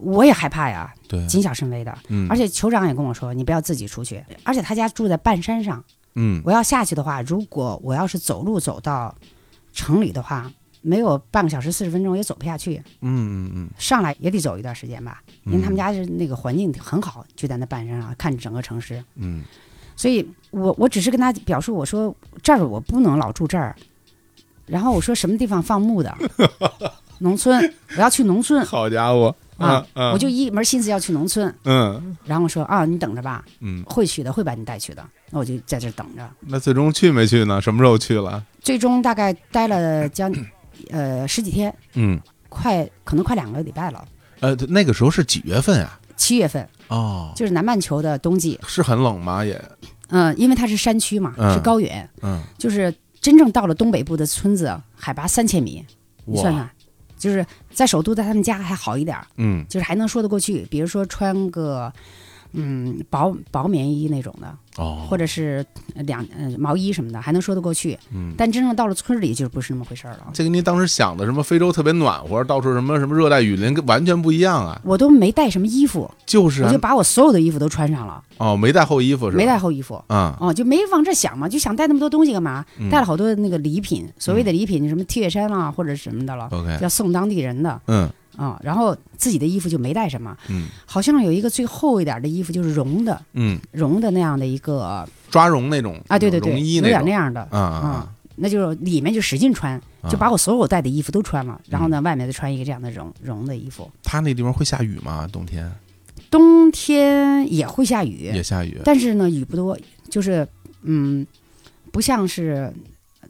S2: 我也害怕呀，
S1: 对，
S2: 谨小慎微的。
S1: 嗯，
S2: 而且酋长也跟我说，你不要自己出去。而且他家住在半山上，
S1: 嗯
S2: 我要下去的话，如果我要是走路走到城里的话，没有半个小时四十分钟也走不下去，
S1: 嗯嗯嗯，
S2: 上来也得走一段时间吧。因为他们家是那个环境很好，就在那半山上看整个城市，
S1: 嗯
S2: 所以我我只是跟他表述，我说这儿我不能老住这儿，然后我说什么地方放 牧的，农村，我要去农村
S1: 嗯，好家伙
S2: 啊，
S1: 啊
S2: 我就一门心思要去农村。
S1: 嗯
S2: 然后我说啊，你等着吧，
S1: 嗯，
S2: 会去的，会把你带去的。那我就在这儿等着。
S1: 那最终去没去呢？什么时候去了？
S2: 最终大概待了将 呃十几天，
S1: 嗯，
S2: 快可能快两个礼拜了。
S1: 呃，那个时候是几月份啊？
S2: 七月份
S1: 哦，
S2: 就是南半球的冬季，
S1: 是很冷吗？也，
S2: 嗯，因为它是山区嘛，
S1: 嗯
S2: 是高原，
S1: 嗯，
S2: 就是真正到了东北部的村子，海拔三千米，你算
S1: 哇，
S2: 算，就是在首都，在他们家还好一点儿，
S1: 嗯
S2: 就是还能说得过去。比如说穿个嗯薄薄棉衣那种的，
S1: 哦，
S2: 或者是呃两嗯、毛衣什么的，还能说得过去。
S1: 嗯。
S2: 但真正到了村里，就不是那么回事儿了。
S1: 这跟您当时想的什么非洲特别暖和，到处什么什么热带雨林，跟完全不一样啊！
S2: 我都没带什么衣服，
S1: 就是
S2: 我
S1: 啊
S2: 就，把我所有的衣服都穿上了，
S1: 哦，没带厚衣服是吧？
S2: 没带厚衣服。
S1: 啊，
S2: 哦，就没往这想嘛，就想带那么多东西干嘛？
S1: 嗯
S2: 带了好多那个礼品，所谓的礼品，什么 T 恤衫啊，或者什么的了，
S1: OK，
S2: 要送当地人的
S1: 嗯
S2: 啊、然后自己的衣服就没带什么，
S1: 嗯
S2: 好像有一个最厚一点的衣服，就是绒的，
S1: 嗯，
S2: 绒的那样的一个
S1: 抓绒那种
S2: 啊，对对对，
S1: 绒衣
S2: 有点那嗯
S1: 种
S2: 样的，
S1: 啊啊，
S2: 那就是里面就使劲穿，
S1: 啊嗯
S2: 就把我所有带的衣服都穿了，然后呢，外面再穿一个这样的绒绒的衣服。
S1: 他那地方会下雨吗？冬天
S2: 冬天也会下雨，
S1: 也下雨？
S2: 但是呢，雨不多，就是嗯，不像是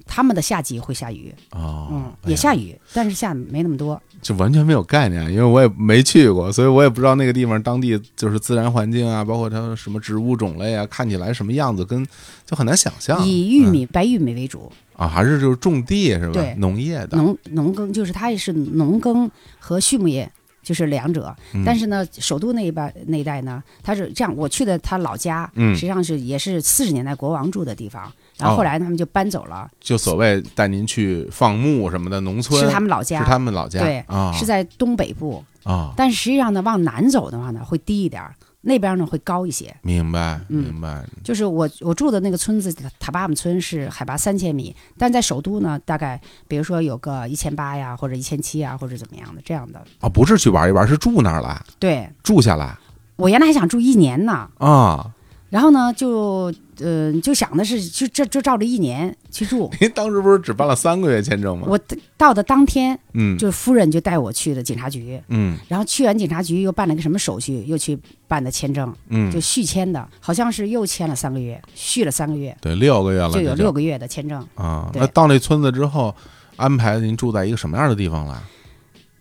S2: 他们的夏季会下雨，
S1: 哦
S2: 嗯，，
S1: 哎呀
S2: 也下雨，但是下没那么多。
S1: 就完全没有概念，因为我也没去过，所以我也不知道那个地方当地就是自然环境啊，包括它什么植物种类啊，看起来什么样子，跟就很难想象。
S2: 以玉米、白玉米为主，
S1: 啊，还是就是种地是吧
S2: 对？
S1: 农业的，
S2: 农农耕就是它也是农耕和畜牧业。就是两者，
S1: 嗯
S2: 但是呢，首都那一边那一带呢，它是这样，我去的他老家，
S1: 嗯哦
S2: 实际上是也是四十年代国王住的地方，然后后来他们就搬走了，
S1: 就所谓带您去放牧什么的，农村
S2: 是他们老家，
S1: 是他们老家，
S2: 对
S1: 啊，
S2: 是在东北部，
S1: 啊，
S2: 但实际上呢，往南走的话呢，会低一点儿，那边呢会高一些。
S1: 明白
S2: 嗯
S1: 明白，
S2: 就是我我住的那个村子塔巴姆村是海拔三千米，但在首都呢，大概比如说有个一千八呀，或者一千七呀，或者怎么样的这样的。
S1: 啊，不是去玩一玩，是住那儿了，
S2: 对
S1: 住下来
S2: 我原来还想住一年呢，
S1: 啊，
S2: 然后呢，就呃就想的是，就这就照着一年去住。
S1: 您当时不是只办了三个月签证吗？
S2: 我到的当天，
S1: 嗯
S2: 就是夫人就带我去的警察局，
S1: 嗯
S2: 然后去完警察局又办了个什么手续，又去办的签证，
S1: 嗯
S2: 就，续签的，好像是又签了三个月，续了三个月，
S1: 对，六个月了，
S2: 就有六
S1: 个
S2: 个月的签证。
S1: 啊。
S2: 对
S1: 那到那村子之后，安排您住在一个什么样的地方了？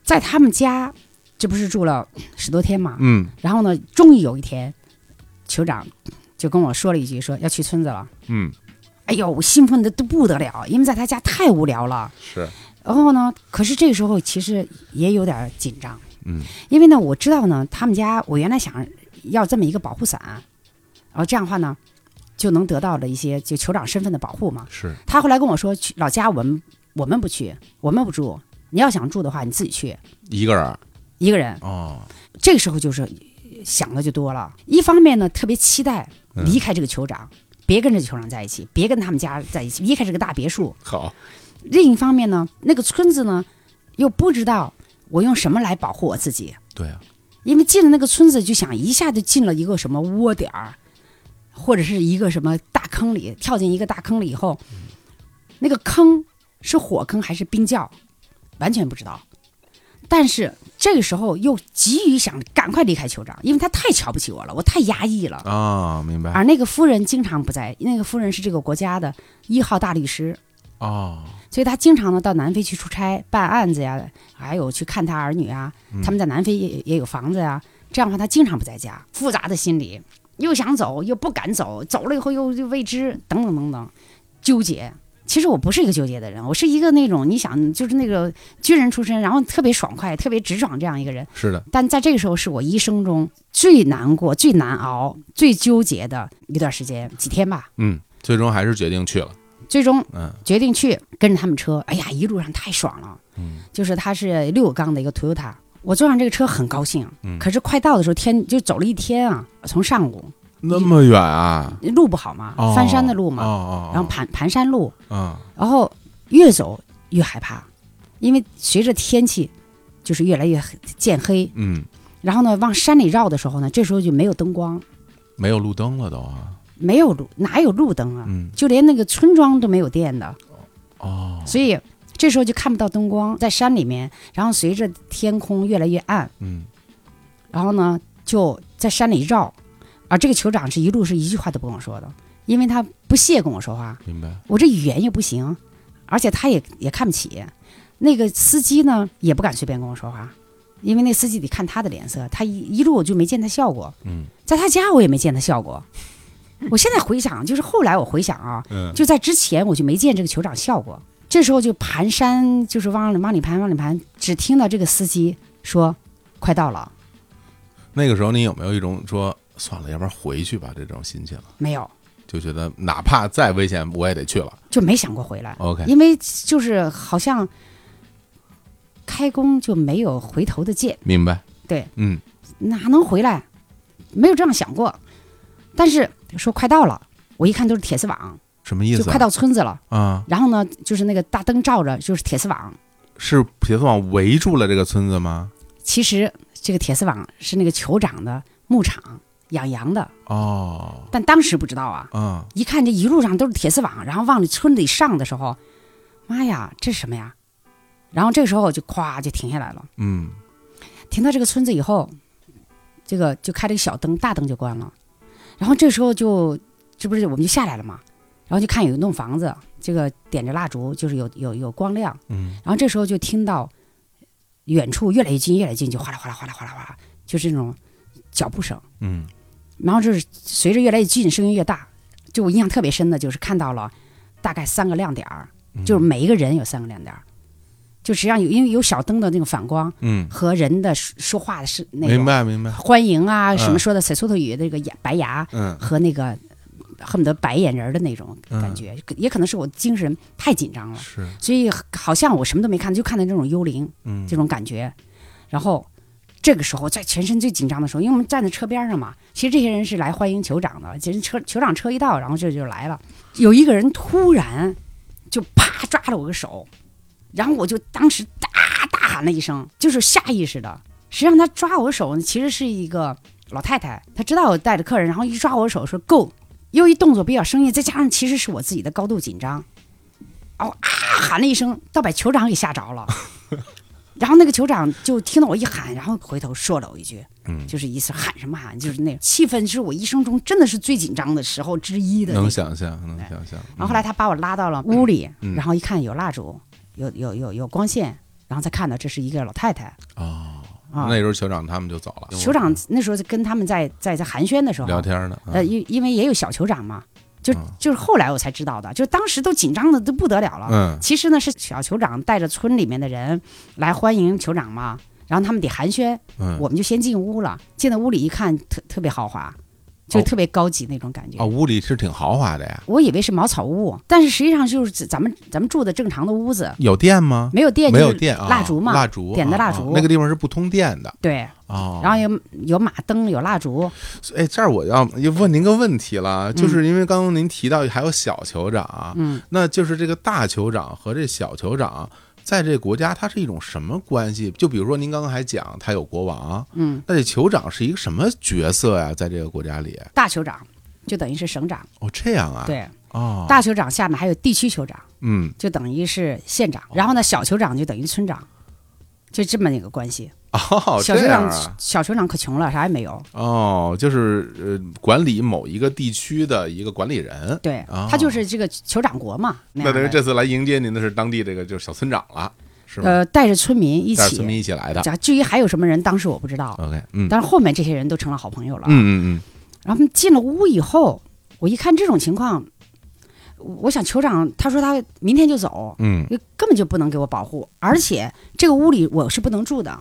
S2: 在他们家，这不是住了十多天嘛？
S1: 嗯
S2: 然后呢，终于有一天，酋长就跟我说了一句，说要去村子了。
S1: 嗯，
S2: 哎呦，我兴奋的都不得了，因为在他家太无聊了。
S1: 是，
S2: 然后呢，可是这时候其实也有点紧张，
S1: 嗯，
S2: 因为呢，我知道呢，他们家我原来想要这么一个保护伞，然后这样的话呢，就能得到了一些就酋长身份的保护嘛。
S1: 是，
S2: 他后来跟我说，去老家我们我们不去，我们不住，你要想住的话，你自己去
S1: 一个人儿
S2: 一个人。
S1: 哦，
S2: 这个时候就是想的就多了，一方面呢，特别期待
S1: 嗯
S2: 离开这个酋长。别跟这个酋长在一起，别跟他们家在一起，离开这个大别墅，
S1: 好，
S2: 另一方面呢，那个村子呢，又不知道我用什么来保护我自己，
S1: 对啊，
S2: 因为进了那个村子，就想一下就进了一个什么窝点儿，或者是一个什么大坑里，跳进一个大坑里以后，那个坑是火坑还是冰窖，完全不知道。但是这个时候又急于想赶快离开酋长，因为他太瞧不起我了，我太压抑了。
S1: 啊，明白
S2: 而那个夫人经常不在，那个夫人是这个国家的一号大律师，
S1: 哦，
S2: 所以他经常呢到南非去出差办案子呀，还有去看他儿女啊，他们在南非也也有房子呀。这样的话，他经常不在家，复杂的心理，又想走又不敢走，走了以后又又未知，等等等等，纠结。其实我不是一个纠结的人，我是一个那种你想就是那个军人出身，然后特别爽快、特别直爽这样一个人。
S1: 是的，
S2: 但在这个时候，是我一生中最难过、最难熬、最纠结的一段时间，几天吧。
S1: 嗯，最终还是决定去了，
S2: 最终
S1: 嗯
S2: 决定去跟着他们车。哎呀，一路上太爽了，
S1: 嗯，
S2: 就是它是六缸的一个 Toyota，我坐上这个车很高兴。
S1: 嗯
S2: 可是快到的时候天就走了一天啊，从上午
S1: 那么远啊，
S2: 路不好嘛，
S1: 哦
S2: 嗯翻山的路
S1: 哦
S2: 嘛，
S1: 哦，
S2: 然后盘盘山路，
S1: 啊，
S2: 然后越走越害怕，因为随着天气就是越来越黑渐黑，
S1: 嗯，
S2: 然后呢往山里绕的时候呢，这时候就没有灯光，
S1: 没有路灯了都啊，
S2: 没有路，哪有路灯啊？
S1: 嗯，
S2: 就连那个村庄都没有电的，
S1: 哦，
S2: 所以这时候就看不到灯光，在山里面，然后随着天空越来越暗，
S1: 嗯，
S2: 然后呢就在山里绕，而这个酋长是一路是一句话都不跟我说的，因为他不屑跟我说话，
S1: 明白，
S2: 我这语言也不行，而且他也也看不起，那个司机呢也不敢随便跟我说话。因为那司机得看他的脸色，他一一路我就没见他笑过，
S1: 嗯
S2: 在他家我也没见他 笑过。我现在回想，就是后来我回想啊，
S1: 嗯，
S2: 就在之前我就没见这个酋长笑过。这时候就盘山，就是往里往里盘，往里盘，只听到这个司机说：“快到了，
S1: 那个时候你有没有一种说算了，要不然回去吧这种心情？
S2: 没有
S1: 就觉得哪怕再危险，我也得去了。”
S2: 就没想过回来，
S1: OK，
S2: 因为就是好像开弓就没有回头的箭，
S1: 明白。
S2: 对，
S1: 嗯，
S2: 哪能回来？没有这样想过。但是说快到了，我一看都是铁丝网，
S1: 什么意
S2: 就
S1: 思
S2: 快
S1: 啊？
S2: 到村子了。
S1: 啊，
S2: 然后呢，就是那个大灯照着，就是铁丝网。
S1: 是铁丝网围住了这个村子吗？
S2: 其实这个铁丝网是那个酋长的牧场养羊的，
S1: 哦，
S2: 但当时不知道啊，
S1: 啊，
S2: 一看这一路上都是铁丝网，然后往村里上的时候，妈呀，这是什么呀？然后这个时候就咵就停下来了。
S1: 嗯，
S2: 停到这个村子以后，这个就开了个小灯，大灯就关了。然后这时候就这不是我们就下来了嘛，然后就看有一栋房子，这个点着蜡烛，就是有有有光亮。
S1: 嗯。
S2: 然后这时候就听到远处越来越近，越来越近，就哗啦哗啦哗啦哗啦哗啦，就是那种脚步声。
S1: 嗯，
S2: 然后就是随着越来越近，声音越大。就我印象特别深的就是看到了大概三个亮点儿，
S1: 嗯
S2: 就是每一个人有三个亮点儿，就实际上有因为有小灯的那个反光
S1: 嗯，
S2: 和人的说说话的是那
S1: 明
S2: 个
S1: 白明白，
S2: 欢迎啊什么
S1: 嗯
S2: 说的塞苏特语那个牙白牙
S1: 嗯，
S2: 和那个恨不得白眼人儿的那种感觉，也可能是我精神太紧张了，
S1: 是，
S2: 所以好像我什么都没看，就看到那种幽灵。
S1: 嗯，
S2: 这种感觉。然后这个时候，在全身最紧张的时候，因为我们站在车边上嘛，其实这些人是来欢迎酋长的。其实车酋长车一到，然后这就来了。有一个人突然就啪抓了我个手，然后我就当时大大喊了一声，就是下意识的。实际上他抓我手呢，其实是一个老太太，她知道我带着客人，然后一抓我的手说 “go”，又一动作比较生硬，再加上其实是我自己的高度紧张，哦啊喊了一声，倒把酋长给吓着了。然后那个酋长就听到我一喊，然后回头说了我一句，
S1: 嗯
S2: 就是意思喊什么喊，就是那种气氛是我一生中真的是最紧张的时候之一的那
S1: 能
S2: 种。
S1: 想象，能想象。
S2: 然后后来他把我拉到了屋里，
S1: 嗯
S2: 然后一看有蜡烛，有有有有光线，然后才看到这是一个老太太
S1: 啊，
S2: 啊。
S1: 那时候酋长他们就走了，
S2: 酋长那时候跟他们在在在寒暄的时候，
S1: 嗯聊天呢，
S2: 呃，因因为也有小酋长嘛，就、
S1: 嗯
S2: 就是后来我才知道的，就当时都紧张的都不得了了。
S1: 嗯
S2: 其实呢是小酋长带着村里面的人来欢迎酋长嘛，然后他们得寒暄，
S1: 嗯，
S2: 我们就先进屋了。进到屋里一看，特特别豪华，就
S1: 哦
S2: 特别高级那种感觉。
S1: 啊，屋里是挺豪华的呀，
S2: 我以为是茅草屋，但是实际上就是咱咱们咱们住的正常的屋子，
S1: 有电吗？
S2: 没有电，
S1: 没有
S2: 就是
S1: 电啊，
S2: 蜡烛嘛，
S1: 蜡烛
S2: 点的
S1: 啊
S2: 蜡
S1: 啊
S2: 烛
S1: 那个地方是不通电的
S2: 对，
S1: 哦。
S2: 然后有有马灯，有蜡烛，
S1: 哎，这儿我要要问您个问题了，啊就是因为刚刚您提到还有小酋长，啊
S2: 嗯，
S1: 那就是这个大酋长和这小酋长。在这国家，它是一种什么关系？就比如说，您刚刚还讲他有国王，
S2: 嗯，
S1: 那这酋长是一个什么角色呀、在这个国家里，
S2: 大酋长就等于是省长，
S1: 哦，这样啊，，
S2: 对，
S1: 哦，
S2: 大酋长下面还有地区酋长，
S1: 嗯，
S2: 就等于是县
S1: 哦
S2: 长，然后呢，小酋长就等于村长，就这么一个关系。
S1: 哦，
S2: 小
S1: 这
S2: 酋
S1: 样
S2: 长
S1: 啊，
S2: 小酋长可穷了，啥也没有，
S1: 哦，就是呃，管理某一个地区的一个管理人。
S2: 对
S1: 哦
S2: 他就是这个酋长国嘛。
S1: 那等于
S2: 样的
S1: 这次来迎接您的是当地这个就是小村长了，是吗？
S2: 呃，带着村民一
S1: 带着村民
S2: 起。
S1: 一起来的。
S2: 啊至于还有什么人，当时我不知道，
S1: OK，嗯，
S2: 但是后面这些人都成了好朋友了。
S1: 嗯嗯
S2: 然后他们进了屋以后，我一看这种情况，我想酋长他说他明天就走，
S1: 嗯嗯
S2: 根本就不能给我保护，而且这个屋里我是不能住的，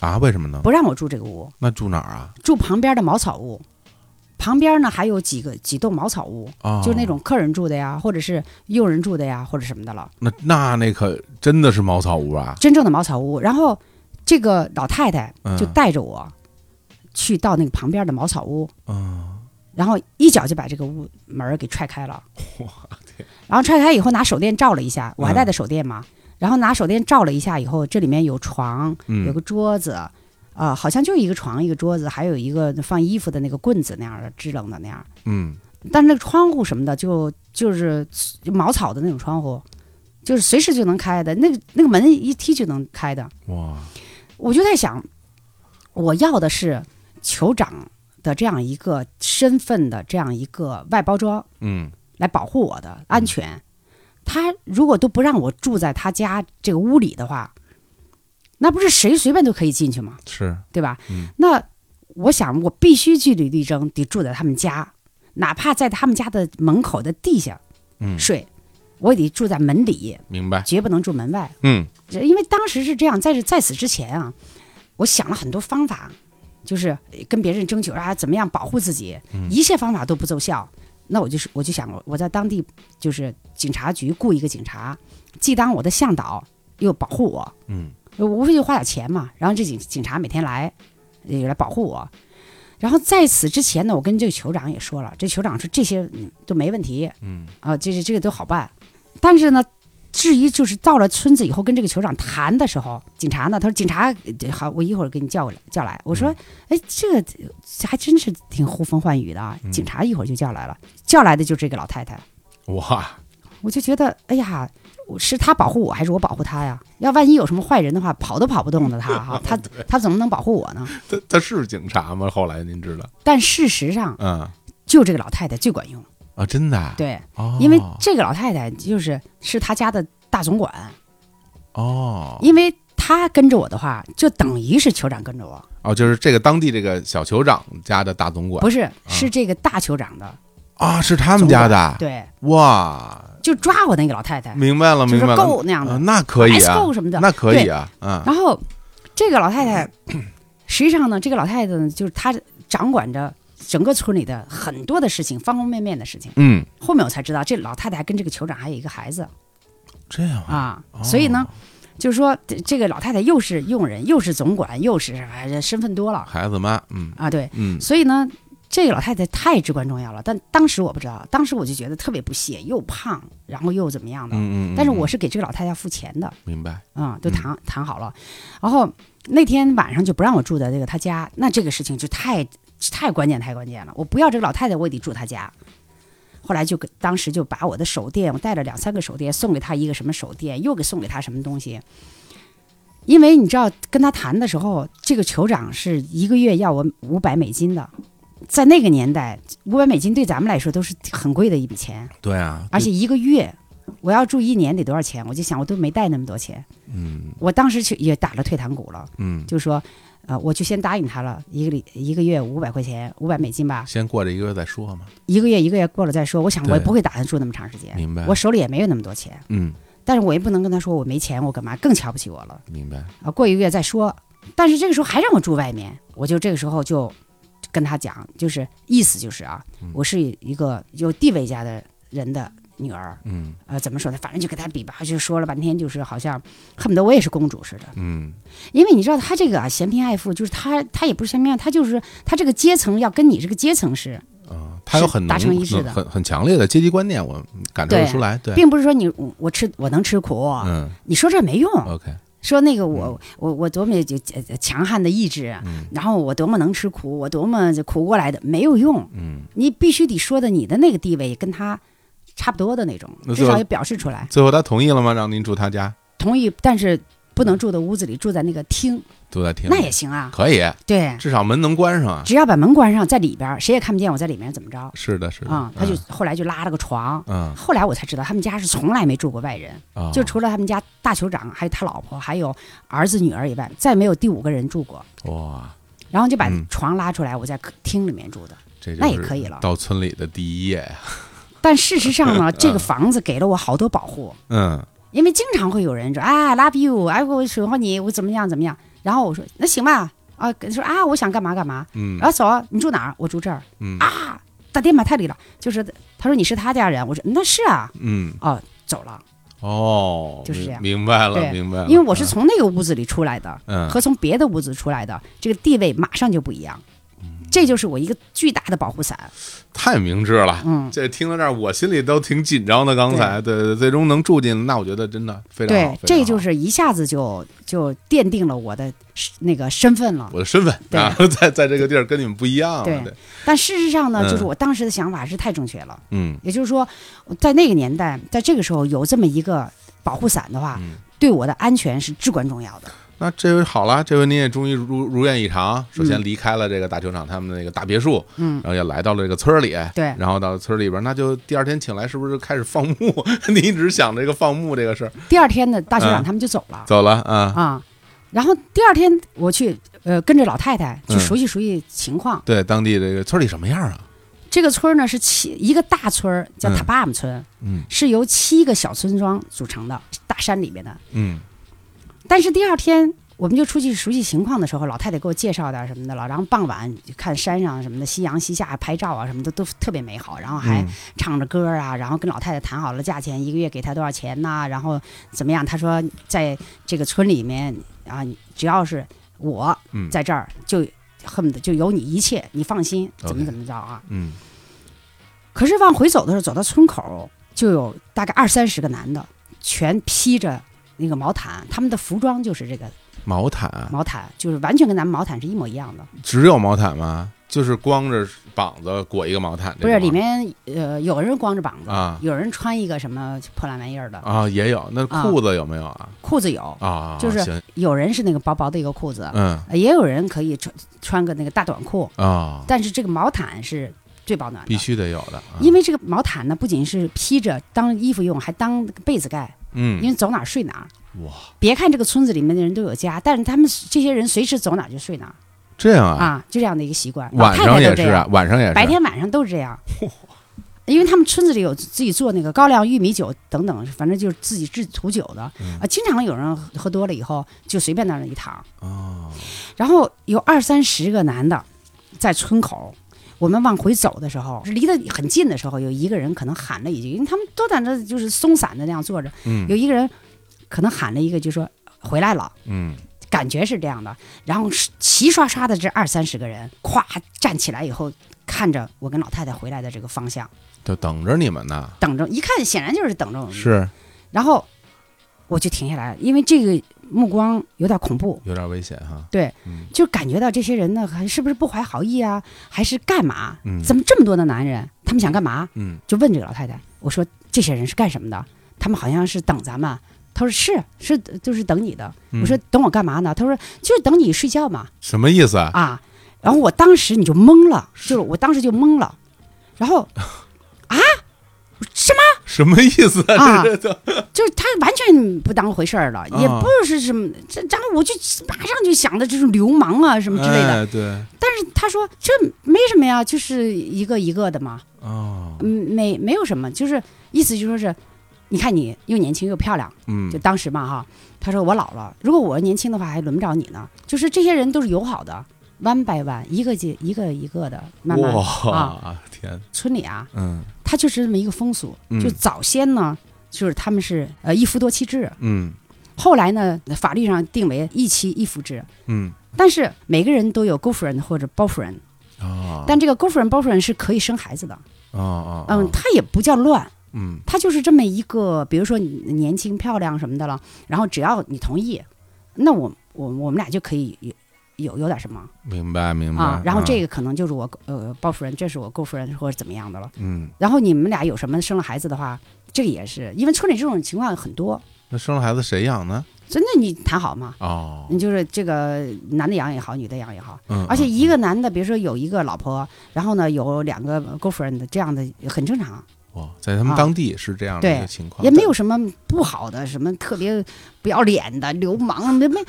S1: 啊，为什么呢？
S2: 不让我住这个屋，
S1: 那住哪儿啊？
S2: 住旁边的茅草屋。旁边呢还有几个几栋茅草屋，
S1: 哦，
S2: 就是那种客人住的呀，或者是佣人住的呀，或者什么的了，
S1: 那那那可真的是茅草屋啊！
S2: 真正的茅草屋。然后这个老太太
S1: 嗯
S2: 就带着我去到那个旁边的茅草屋，
S1: 嗯，
S2: 然后一脚就把这个屋门儿给踹开了。
S1: 我天，嗯
S2: 然后踹开以后拿手电照了一下，我还带的手电嘛，然后拿手电照了一下以后，这里面有床，有
S1: 嗯
S2: 个桌子，啊、好像就一个床一个桌子，还有一个放衣服的那个棍子那样的支棱的那样，
S1: 嗯，
S2: 但是那个窗户什么的就就是茅草的那种窗户，就是随时就能开的，那个那个门一踢就能开的，
S1: 哇，
S2: 我就在想，我要的是酋长的这样一个身份的这样一个外包装。
S1: 嗯
S2: 来保护我的安全。他如果都不让我住在他家这个屋里的话，那不是谁随便都可以进去吗？
S1: 是，
S2: 对吧？
S1: 嗯
S2: 那我想，我必须据理力争，得住在他们家，哪怕在他们家的门口的地下
S1: 嗯，
S2: 睡，我也得住在门里，
S1: 明白，
S2: 绝不能住门外。
S1: 嗯
S2: 这因为当时是这样，在这在此之前啊，我想了很多方法，就是呃跟别人征求啊，怎么样保护自己，
S1: 嗯
S2: 一切方法都不奏效。那我就是我就想，我在当地就是警察局雇一个警察，既当我的向导又保护我，
S1: 嗯
S2: 呃无非就花点钱嘛。然后这警警察每天来，也来保护我。然后在此之前呢，我跟这个酋长也说了，这酋长说这些嗯都没问题，
S1: 嗯
S2: 啊，这是这个都好办。但是呢，至于就是到了村子以后跟这个酋长谈的时候，警察呢，他说警察呃好，我一会儿给你叫过来叫来。我说，哎，这个这还真是挺呼风唤雨的啊！警察一会儿就叫来了，叫来的就是这个老太太。
S1: 哇，
S2: 我就觉得，哎呀，我是他保护我还是我保护他呀？要万一有什么坏人的话，跑都跑不动的他哈，他他怎么能保护我呢？
S1: 他他是警察吗？后来您知道，
S2: 但事实上，
S1: 嗯
S2: 就这个老太太最管用。
S1: 啊，真的啊，
S2: 对，
S1: 哦，
S2: 因为这个老太太就是是他家的大总管。
S1: 哦
S2: 因为他跟着我的话，就等于是酋长跟着我，
S1: 哦，就是这个当地这个小酋长家的大总管
S2: 不是是这个大酋长的，
S1: 啊，是他们家的，
S2: 对，
S1: 哇，
S2: 就抓我那个老太太，
S1: 明白了，
S2: 就
S1: 明
S2: 是
S1: 白了，
S2: 够那样
S1: 啊
S2: 的，
S1: 那可以
S2: S
S1: 啊，
S2: 够什么的。
S1: 那可以啊，嗯
S2: 然后这个老太太，实际上呢，这个老太太呢，就是她掌管着整个村里的很多的事情，方方面面的事情。
S1: 嗯，
S2: 后面我才知道，这老太太还跟这个酋长还有一个孩子
S1: 这样啊，
S2: 啊，所以呢。就是说，这这个老太太又是佣人，又是总管，又是哎，身份多了
S1: 孩子妈，嗯
S2: 啊。对，
S1: 嗯
S2: 所以呢，这个老太太太至关重要了。但当时我不知道，当时我就觉得特别不屑，又胖，然后又怎么样的。
S1: 嗯嗯，
S2: 但是
S1: 嗯
S2: 我是给这个老太太付钱的，
S1: 明白，
S2: 啊、都谈谈好了。然后那天晚上就不让我住在这个她家，那这个事情就太太关键太关键了，我不要这个老太太，我也得住她家。后来就给当时就把我的手电，我带了两三个手电，送给她一个什么手电，又给送给她什么东西。因为你知道，跟他谈的时候，这个酋长是一个月要我五百美金的，在那个年代，五百美金对咱们来说都是很贵的一笔钱，
S1: 对啊，
S2: 而且一个月我要住一年得多少钱？我就想，我都没带那么多钱，
S1: 嗯
S2: 我当时去也打了退堂鼓了，
S1: 嗯，
S2: 就说，呃，我就先答应他了，一个礼一个月五百块钱，五百美金吧，
S1: 先过这一个月再说嘛，
S2: 一个月一个月过了再说。我想我也
S1: 对
S2: 不会打算住那么长时间，
S1: 明白
S2: 我？手里也没有那么多钱，
S1: 嗯，
S2: 但是我也不能跟他说我没钱，我干嘛更瞧不起我了。
S1: 明白，
S2: 啊，过一个月再说。但是这个时候还让我住外面，我就这个时候就跟他讲，就是意思就是啊，
S1: 嗯
S2: 我是一个有地位家的人的女儿，
S1: 嗯
S2: 呃，怎么说呢？反正就给他比吧，就说了半天，就是好像恨不得我也是公主似的。
S1: 嗯，
S2: 因为你知道他这个啊，嫌贫爱富，就是他他也不是嫌贫爱富，他就是他这个阶层要跟你这个阶层是，
S1: 啊，他有很浓
S2: 达成一致的
S1: 很很强烈的阶级观念，我感受得出来，对，
S2: 并不是说你我我吃我能吃苦，
S1: 嗯
S2: 你说这没用，
S1: ，OK，
S2: 说那个我、
S1: 嗯
S2: 我我多么有呃强悍的意志，啊然后我多么能吃苦，我多么就苦过来的，没有用。
S1: 嗯，
S2: 你必须得说的你的那个地位跟他差不多的那种，
S1: 那
S2: 至
S1: 最
S2: 少
S1: 后
S2: 也表示出来
S1: 最后他同意了吗？让您住他家，
S2: 同意，但是不能住在屋子里，住在那个厅，
S1: 住在厅里，
S2: 那也行啊。
S1: 可以，
S2: 对，
S1: 至少门能关上啊。
S2: 只要把门关上，在里边儿谁也看不见我在里面怎么着
S1: 是的，是的，
S2: 啊、他就后来就拉了个床。
S1: 嗯，
S2: 后来我才知道，他们家是从来没住过外人，
S1: 嗯啊
S2: 就除了他们家大酋长，还有他老婆，还有儿子女儿以外，再没有第五个人住过。
S1: 哇，
S2: 然后就把
S1: 嗯
S2: 床拉出来，我在客厅里面住的。
S1: 这
S2: 那也
S1: 就是
S2: 可以了
S1: 到村里的第一夜呀，
S2: 但事实上 呢，这个房子给了我好多保护，
S1: 嗯
S2: 因为经常会有人说啊，love you，哎，我喜欢你，我怎么样怎么样。然后我说那行吧，啊，说啊，我想干嘛干嘛。
S1: 嗯
S2: 然后走，你住哪儿？我住这儿。
S1: 嗯
S2: 啊，打电马太里了，就是他说你是他家人，我说那是啊，
S1: 嗯，
S2: 哦，走了，
S1: 哦，
S2: 就是这样
S1: 明明白了，
S2: 对
S1: 明白了，
S2: 因为我是从那个屋子里出来的，
S1: 嗯
S2: 和从别的屋子出来的，这个地位马上就不一样。
S1: 嗯
S2: 这就是我一个巨大的保护伞。
S1: 太明智了。
S2: 嗯，
S1: 这听到这儿，我心里都挺紧张的。刚才，对对对，最终能住进，那我觉得真的非常好
S2: 对，
S1: 非常
S2: 这
S1: 好
S2: 就是一下子就就奠定了我的是那个身份了。
S1: 我的身份
S2: 对
S1: 啊， 在在这个地儿跟你们不一样了。
S2: 对
S1: 对，
S2: 但事实上呢，就是
S1: 嗯
S2: 我当时的想法是太正确了。
S1: 嗯
S2: 也就是说，在那个年代，在这个时候有这么一个保护伞的话，
S1: 嗯。
S2: 对我的安全是至关重要的。
S1: 那这回好了，这回您也终于如如愿以偿。首先
S2: 嗯
S1: 离开了这个大球场他们那个大别墅，
S2: 嗯
S1: 然，后也来到了这个村儿里。
S2: 对
S1: 然后到了村儿里边儿，那就第二天请来是不是开始放牧？ 你一直想这个放牧这个事儿，
S2: 第二天呢，大学长
S1: 嗯
S2: 他们就走了
S1: 走了啊？
S2: 啊。然后第二天我去呃跟着老太太去
S1: 嗯
S2: 熟悉熟悉情况。
S1: 对，当地这个村儿里什么样啊？
S2: 这个村儿呢是七一个大村儿，叫
S1: 嗯
S2: 塔巴姆村，
S1: 嗯
S2: 是由七个小村庄组成的，大山里面的。
S1: 嗯
S2: 但是第二天我们就出去熟悉情况的时候，老太太给我介绍点什么的了。然后傍晚就看山上什么的，夕阳西下拍照啊什么的都特别美好。然后还
S1: 嗯
S2: 唱着歌啊，然后跟老太太谈好了价钱，一个月给她多少钱呐、然后怎么样？她说在这个村里面啊，你只要是我
S1: 嗯
S2: 在这儿，就恨不得就有你一切，你放心，
S1: OK
S2: 怎么怎么着啊。
S1: 嗯
S2: 可是往回走的时候，走到村口就有大概二三十个男的，全披着那个毛毯，他们的服装就是这个
S1: 毛毯，啊
S2: 毛毯，就是完全跟咱们毛毯是一模一样的。
S1: 只有毛毯吗？就是光着膀子裹一个毛毯这
S2: 不
S1: 种吗，
S2: 是里面呃，有人光着膀子，
S1: 啊
S2: 有人穿一个什么破烂玩意儿的，
S1: 啊也有，那
S2: 啊
S1: 裤子有没有啊？
S2: 裤子有，
S1: 啊，
S2: 就是
S1: 行，
S2: 有人是那个薄薄的一个裤子，
S1: 嗯
S2: 呃也有人可以穿穿个那个大短裤，
S1: 啊，
S2: 但是这个毛毯是最保暖的，
S1: 必。须得有的，啊
S2: 因为这个毛毯呢，不仅是披着当衣服用，还当被子盖，因
S1: 嗯
S2: 为走哪儿睡哪儿。
S1: 哇，
S2: 别看这个村子里面的人都有家，但是他们这些人随时走哪儿就睡哪儿
S1: 这样啊，
S2: 啊，就这样的一个习惯。老
S1: 晚
S2: 太
S1: 上
S2: 太都
S1: 也
S2: 这
S1: 是
S2: 样
S1: 啊，，晚上也是，
S2: 白天晚上都是这样。因为他们村子里有自己做那个高粱玉米酒等等，反正就是自己制土酒的
S1: 嗯
S2: 啊。经常有人喝喝多了以后就随便在那儿一躺，
S1: 哦，
S2: 然后有二三十个男的在村口。我们往回走的时候，离得很近的时候，有一个人可能喊了一句，因为他们都在那就是松散的那样坐着，
S1: 嗯
S2: 有一个人可能喊了一个，就说回来了，
S1: 嗯，
S2: 感觉是这样的。然后齐刷刷的这二三十个人，咵站起来以后，看着我跟老太太回来的这个方向，
S1: 就等着你们呢，
S2: 嗯等着，一看显然就是等着我们。
S1: 是，
S2: 然后我就停下来了，因为这个目光有点恐怖，
S1: 有点危险哈。
S2: 对，
S1: 嗯
S2: 就感觉到这些人呢，还是不是不怀好意啊，还是干嘛？
S1: 嗯
S2: 怎么这么多的男人？他们想干嘛？
S1: 嗯
S2: 就问这个老太太，我说这些人是干什么的？他们好像是等咱们。她说是是，就是等你的。
S1: 嗯
S2: 我说等我干嘛呢？她说就是等你睡觉嘛
S1: 什么意思啊？
S2: 啊。然后我当时你就懵了，就是我当时就懵了，然后啊，什么？
S1: 什么意思
S2: 啊
S1: 这这
S2: 就是他完全不当回事儿了，也
S1: 啊
S2: 不是什么。这然后我就马上就想的就是流氓啊什么之类的。
S1: 哎、对，
S2: 他说这没什么呀，就是一个一个的嘛，
S1: 哦，
S2: 嗯，没没有什么，就是意思就说是，你看你又年轻又漂亮，
S1: 嗯
S2: 就当时嘛哈，他说我老了，如果我年轻的话还轮不着你呢，就是这些人都是友好的，弯掰弯，一个接一个一个的，慢慢
S1: 哇、
S2: 啊
S1: 天，
S2: 村里啊，
S1: 嗯
S2: 它就是这么一个风俗，
S1: 嗯
S2: 就早先呢，就是他们是呃一夫多妻制，
S1: 嗯
S2: 后来呢法律上定为一妻一夫制，
S1: 嗯
S2: 但是每个人都有勾夫人或者包夫人，
S1: 啊，
S2: 但这个勾夫人包夫人是可以生孩子的。
S1: 啊啊，
S2: 嗯，
S1: 啊
S2: 它也不叫乱，
S1: 嗯
S2: 它就是这么一个，比如说你年轻漂亮什么的了，然后只要你同意，那我我我们俩就可以有有有点什么
S1: 明白明白、嗯
S2: 啊。然后这
S1: 个
S2: 个可能就是我呃包夫人，这是我够夫人或者怎么样的了。
S1: 嗯，
S2: 然后你们俩有什么生了孩子的话，这个也是因为村里这种情况很多，
S1: 那生了孩子谁养呢？
S2: 真的你谈好嘛，
S1: 哦，
S2: 你就是这个男的养也好，女的养也好。
S1: 嗯，
S2: 嗯而且
S1: 嗯
S2: 一个男的，比如说有一个老婆，然后呢有两个勾夫人的，这样的很正常。
S1: 哇，在他们
S2: 啊
S1: 当地是这样的
S2: 对
S1: 一个情况，
S2: 也没有什么不好的，什么特别不要脸的流氓，没没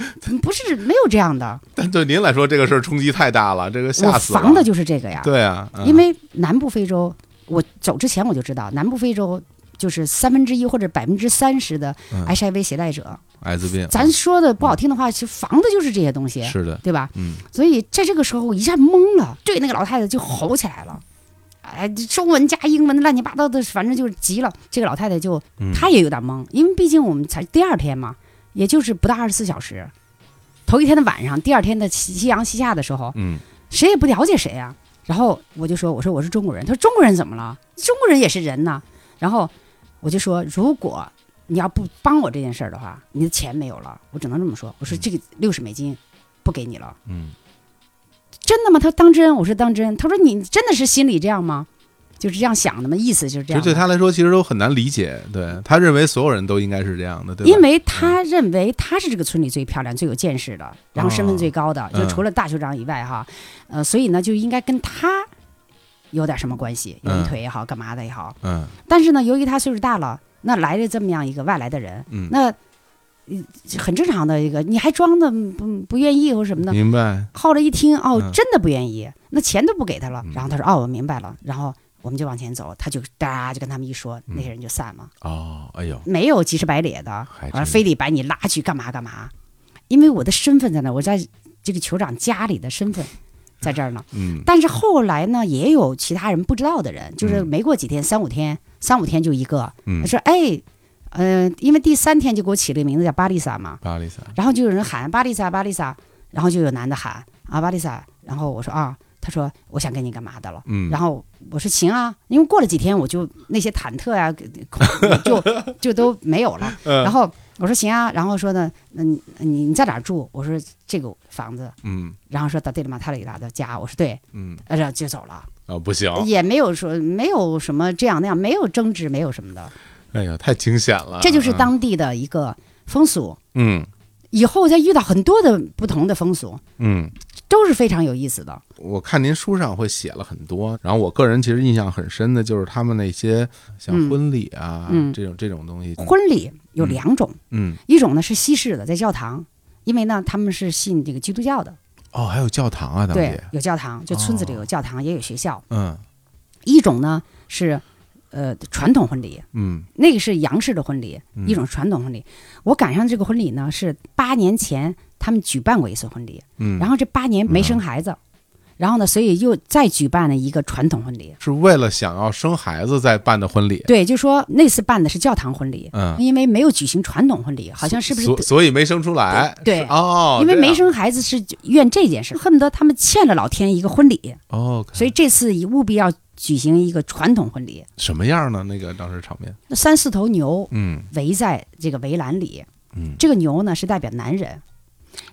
S2: 不是没有这样的。
S1: 但对您来说，这个事儿冲击太大了，这个
S2: 我
S1: 吓死了。
S2: 防的就是这个呀，
S1: 对啊，嗯
S2: 因为南部非洲，我走之前我就知道，南部非洲就是三分之一或者百分之三十的
S1: 嗯
S2: HIV 携带者。
S1: 艾滋病，
S2: 咱说的不好听的话，其实防的就是这些东西，
S1: 是的，
S2: 对吧？
S1: 嗯
S2: 所以在这个时候，我一下懵了，对那个老太太就吼起来了。哎，中文加英文的乱七八糟的，反正就是急了。这个老太太就
S1: 嗯，
S2: 他也有点懵，因为毕竟我们才第二天嘛，也就是不到二十四小时。头一天的晚上，第二天的夕夕阳西下的时候，
S1: 嗯
S2: 谁也不了解谁啊。然后我就说：“我说我是中国人。”他说：“中国人怎么了？中国人也是人呐。”然后我就说：“如果你要不帮我这件事儿的话，你的钱没有了，我只能这么说。我说这个六十美金不给你了，
S1: 嗯
S2: 真的吗？”他说：“当真。”我说：“当真。”他说：“你真的是心里这样吗？就是这样想的吗？意思就是
S1: 其实
S2: 这样。”
S1: 对他来说，其实都很难理解。对他认为所有人都应该是这样的，对吧？
S2: 因为他认为他是这个村里最漂亮、最有见识的，然后身份最高的，
S1: 嗯
S2: 就除了大酋长以外哈，呃，所以呢就应该跟他有点什么关系，有
S1: 嗯
S2: 一腿也好，干嘛的也好。
S1: 嗯
S2: 但是呢，由于他岁数大了，那来了这么样一个外来的人，
S1: 嗯，
S2: 那呃很正常的一个，你还装的不不愿意或什么的。
S1: 明白。
S2: 后来一听，哦，
S1: 嗯
S2: 真的不愿意，那钱都不给他了
S1: 嗯。
S2: 然后他说，哦，我明白了。然后我们就往前走，他就哒就跟他们一说，
S1: 嗯
S2: 那些人就散了。
S1: 哦，哎呦，
S2: 没有急赤白脸的，
S1: 还
S2: 完了
S1: 真
S2: 非得把你拉去干嘛干嘛，因为我的身份在那儿，我在这个酋长家里的身份在这儿 呢。
S1: 嗯
S2: 但是后来呢，也有其他人不知道的人，就是
S1: 嗯
S2: 没过几天，三五天，三五天就一个，
S1: 嗯
S2: 他，说：“哎，呃，因为第三天就给我起了个名字叫巴丽萨嘛，
S1: 巴丽萨，
S2: 然后就有人喊巴丽萨巴丽萨，然后就有男的喊啊巴丽萨，然后我说啊，他说我想跟你干嘛的了。”
S1: 嗯，
S2: 然后我说行啊，因为过了几天我就那些忐忑呀、 恐就就都没有了。
S1: 嗯
S2: 然后我说行啊，然后说呢，那你你你在哪儿住？我说这个房子，
S1: 嗯
S2: 然后说到对了马塔里达的家，我说对，
S1: 嗯，
S2: 呃然后就走了，
S1: 哦，不行，
S2: 也没有说没有什么这样那样，没有争执，没有什么的，
S1: 哎呀，太惊险了。
S2: 这就是
S1: 嗯
S2: 当地的一个风俗。
S1: 嗯
S2: 以后再遇到很多的不同的风俗，
S1: 嗯，
S2: 都是非常有意思的。
S1: 我看您书上会写了很多，然后我个人其实印象很深的就是他们那些像
S2: 嗯
S1: 婚礼啊、
S2: 嗯
S1: 这种这种东西，
S2: 婚礼有两种，
S1: 嗯
S2: 一种呢是西式的，在教堂，因为呢他们是信这个基督教的。
S1: 哦，还有教堂啊，当
S2: 对
S1: 地，哦
S2: 有教堂，就村子里有教堂，也有学校。
S1: 嗯
S2: 一种呢是呃传统婚礼，
S1: 嗯
S2: 那个是洋式的婚礼，
S1: 嗯
S2: 一种传统婚礼。我赶上这个婚礼呢，是八年前他们举办过一次婚礼，
S1: 嗯，
S2: 然后这八年没生孩子，然后呢，所以又再举办了一个传统婚礼。
S1: 是为了想要生孩子再办的婚礼，
S2: 对，就说那次办的是教堂婚礼，
S1: 嗯，
S2: 因为没有举行传统婚礼，好像是不是
S1: 所所以没生出来，
S2: 对
S1: 是哦，
S2: 因为没
S1: 这样
S2: 生孩子是怨这件事，恨不得他们欠了老天一个婚礼，
S1: 哦，
S2: 所以这次务必要举行一个传统婚礼，
S1: 什么样呢？那个当时场面，
S2: 那三四头牛
S1: 嗯
S2: 围在这个围栏里，
S1: 嗯
S2: 这个牛呢是代表男人，